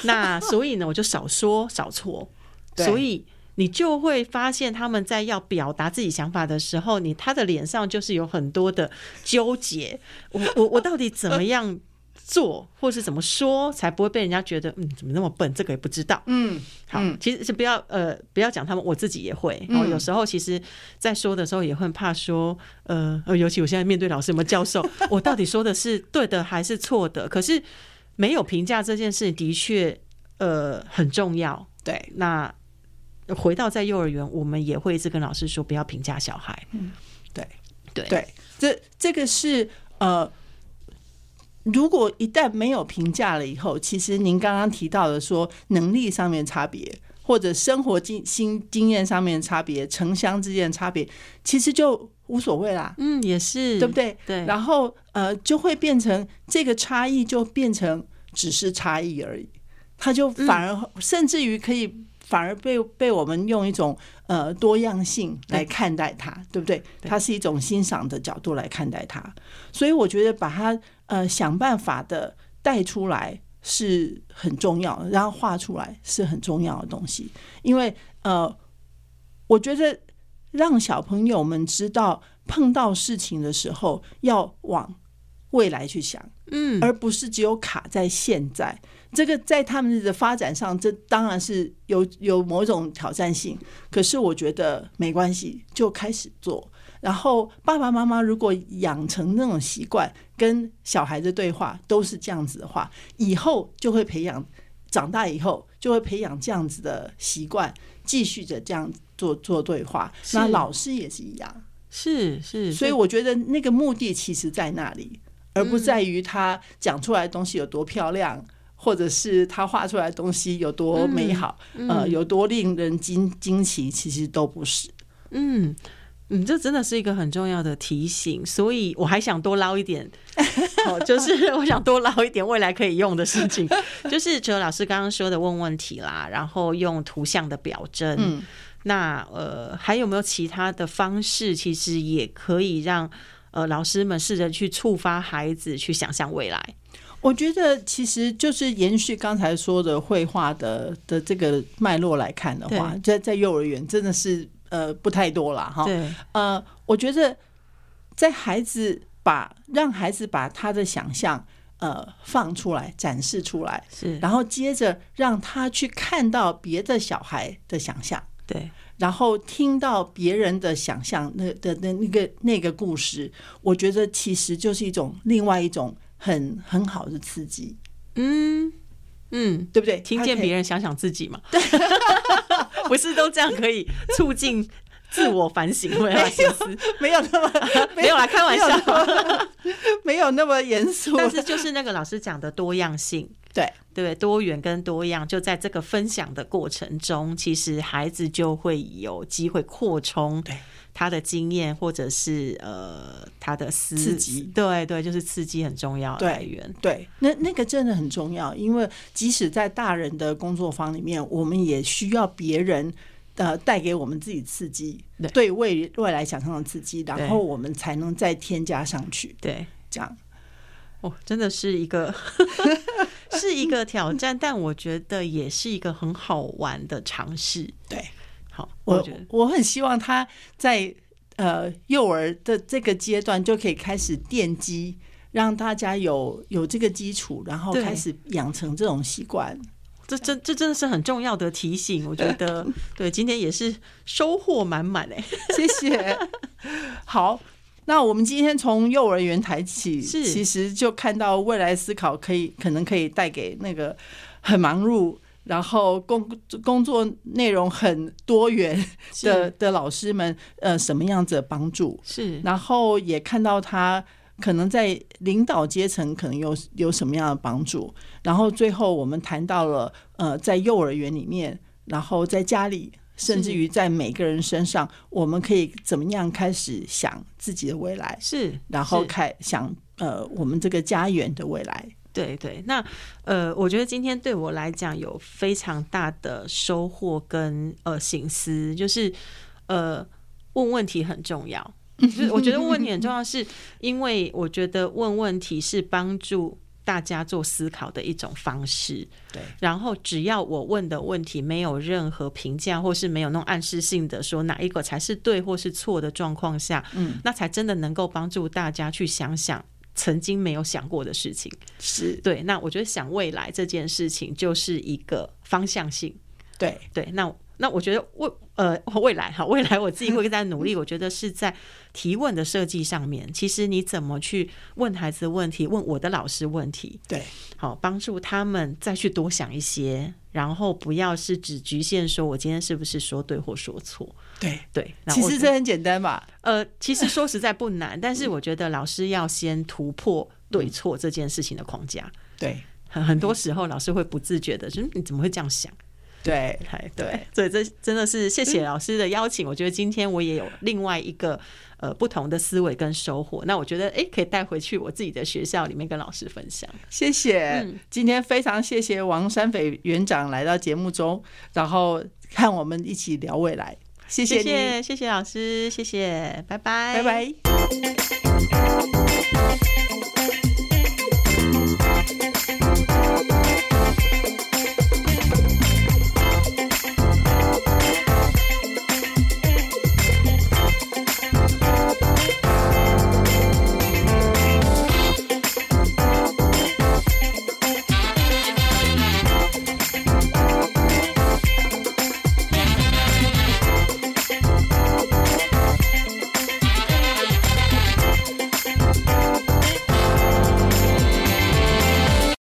那所以呢，我就少说少错，
对
所以你就会发现他们在要表达自己想法的时候，你他的脸上就是有很多的纠结，我我我到底怎么样？做或是怎么说才不会被人家觉得嗯怎么那么笨，这个也不知道。
嗯
好，
嗯
其实是不要呃不要讲他们，我自己也会。然后有时候其实，在说的时候也会很怕说，呃，呃尤其我现在面对老师什么教授，我到底说的是对的还是错的？可是没有评价这件事的确呃很重要。
对
那回到在幼儿园，我们也会一直跟老师说不要评价小孩。
嗯对。
对
对，这这个是呃，如果一旦没有评价了以后，其实您刚刚提到的说能力上面差别，或者生活经经经验上面差别，城乡之间的差别，其实就无所谓啦，
嗯，也是，
对不？对？
对，
然后呃，就会变成这个差异就变成只是差异而已，它就反而、甚至于可以反而被被我们用一种呃多样性来看待它，对不对？
对
它是一种欣赏的角度来看待它，所以我觉得把它呃想办法的带出来。是很重要的，然后画出来是很重要的东西，因为呃，我觉得让小朋友们知道，碰到事情的时候要往未来去想，
嗯，
而不是只有卡在现在。这个在他们的发展上，这当然是有有某种挑战性。可是我觉得没关系，就开始做。然后爸爸妈妈如果养成那种习惯，跟小孩子对话都是这样子的话，以后就会培养，长大以后就会培养这样子的习惯，继续着这样做做对话。
是
那老师也是一样。
是是，
所以我觉得那个目的其实在那里，而不在于他讲出来的东西有多漂
嗯
亮，或者是他画出来的东西有多美好，
嗯
呃，有多令人惊惊奇，其实都不是。
嗯。嗯，这真的是一个很重要的提醒，所以我还想多捞 一点，哦，就是我想多捞一点未来可以用的事情，就是哲老师刚刚说的问问题啦，然后用图像的表征，
嗯
那呃还有没有其他的方式，其实也可以让呃老师们试着去触发孩子去想象未来，
我觉得其实就是延续刚才说的绘画的的这个脉络来看的话，在在幼儿园真的是呃不太多啦哈。
对，
呃，我觉得在孩子把让孩子把他的想象呃放出来展示出来，
是，
然后接着让他去看到别的小孩的想象，
对，
然后听到别人的想象那的那那个那个故事，我觉得其实就是一种另外一种很很好的刺激，
嗯嗯，
对不对？
听见别
人
人想想自 己嘛，不是都这样可以促进自我 反省未来心思？
没有那么
没有啦，开
没
玩
有
笑。
那么没有那么严肃，
但是就是那个老师讲的多样性，
对
对多元跟多样，就在这个分享的过程中，其实孩子就会有机会扩充
对
他的经验，或者是呃他的思
刺激
对对，就是刺激很重要的
对
来源。
对，那那个真的很重要，因为即使在大人的工作坊里面，我们也需要别人呃带给我们自己刺激，
对
对未未来想象的刺激，
对
然后我们才能再添加上去。
对，
这样
哦，真的是一个 是一个挑战，但我觉得也是一个很好玩的尝试。
对
好，我
我
觉得
我很希望他在呃幼儿的这个阶段就可以开始奠基。让大家有有这个基础，然后
对
开始养成这种习惯。
这真这真的是很重要的提醒。我觉得对，今天也是收获满满哎。
谢谢。 好，那我们今天从幼儿园谈起，
是
其实就看到未来思考可以可能可以带给那个很忙碌，然后工工作内容很多元的的老师们，呃，什么样子的帮助？
是
然后也看到他可能在领导阶层可能有有什么样的帮助。然后最后我们谈到了呃，在幼儿园里面，然后在家里，甚至于在每个人身上，我们可以怎么样开始想自己的未来，
是，
然后
是
开想呃我们这个家园的未来。
对对，那呃，我觉得今天对我来讲有非常大的收获跟呃醒思，就是呃问问题很重要。就是我觉得问问题很重要，是因为我觉得问问题是帮助大家做思考的一种方式。
对，
然后只要我问的问题没有任何评价，或是没有那种暗示性的说哪一个才是对或是错的状况下，
嗯，
那才真的能够帮助大家去想想曾经没有想过的事情。
是
对，那我觉得想未来这件事情就是一个方向性。
对，
对，那那我觉得未呃未来哈，未来我自己会在努力，我觉得是在提问的设计上面。其实你怎么去问孩子问题，问我的老师问题，
对，
好帮助他们再去多想一些，然后不要是只局限说我今天是不是说对或说错。
对。
对，那
其
我
实
觉得
这嗯很简单吧，
呃，其实说实在不难，但是我觉得老师要先突破对错这件事情的框架。
对
很很多时候老师会不自觉的，就是你怎么会这样想？
对，
哎，
对
对，所以这真的是谢谢老师的邀请。我觉得今天我也有另外一个呃不同的思维跟收获。那我觉得哎，可以带回去我自己的学校里面跟老师分享。
谢谢，
嗯
今天非常谢谢王山匪园长来到节目中，然后和我们一起聊未来，谢
谢
你，
谢谢谢老师，谢谢，拜拜，
拜拜。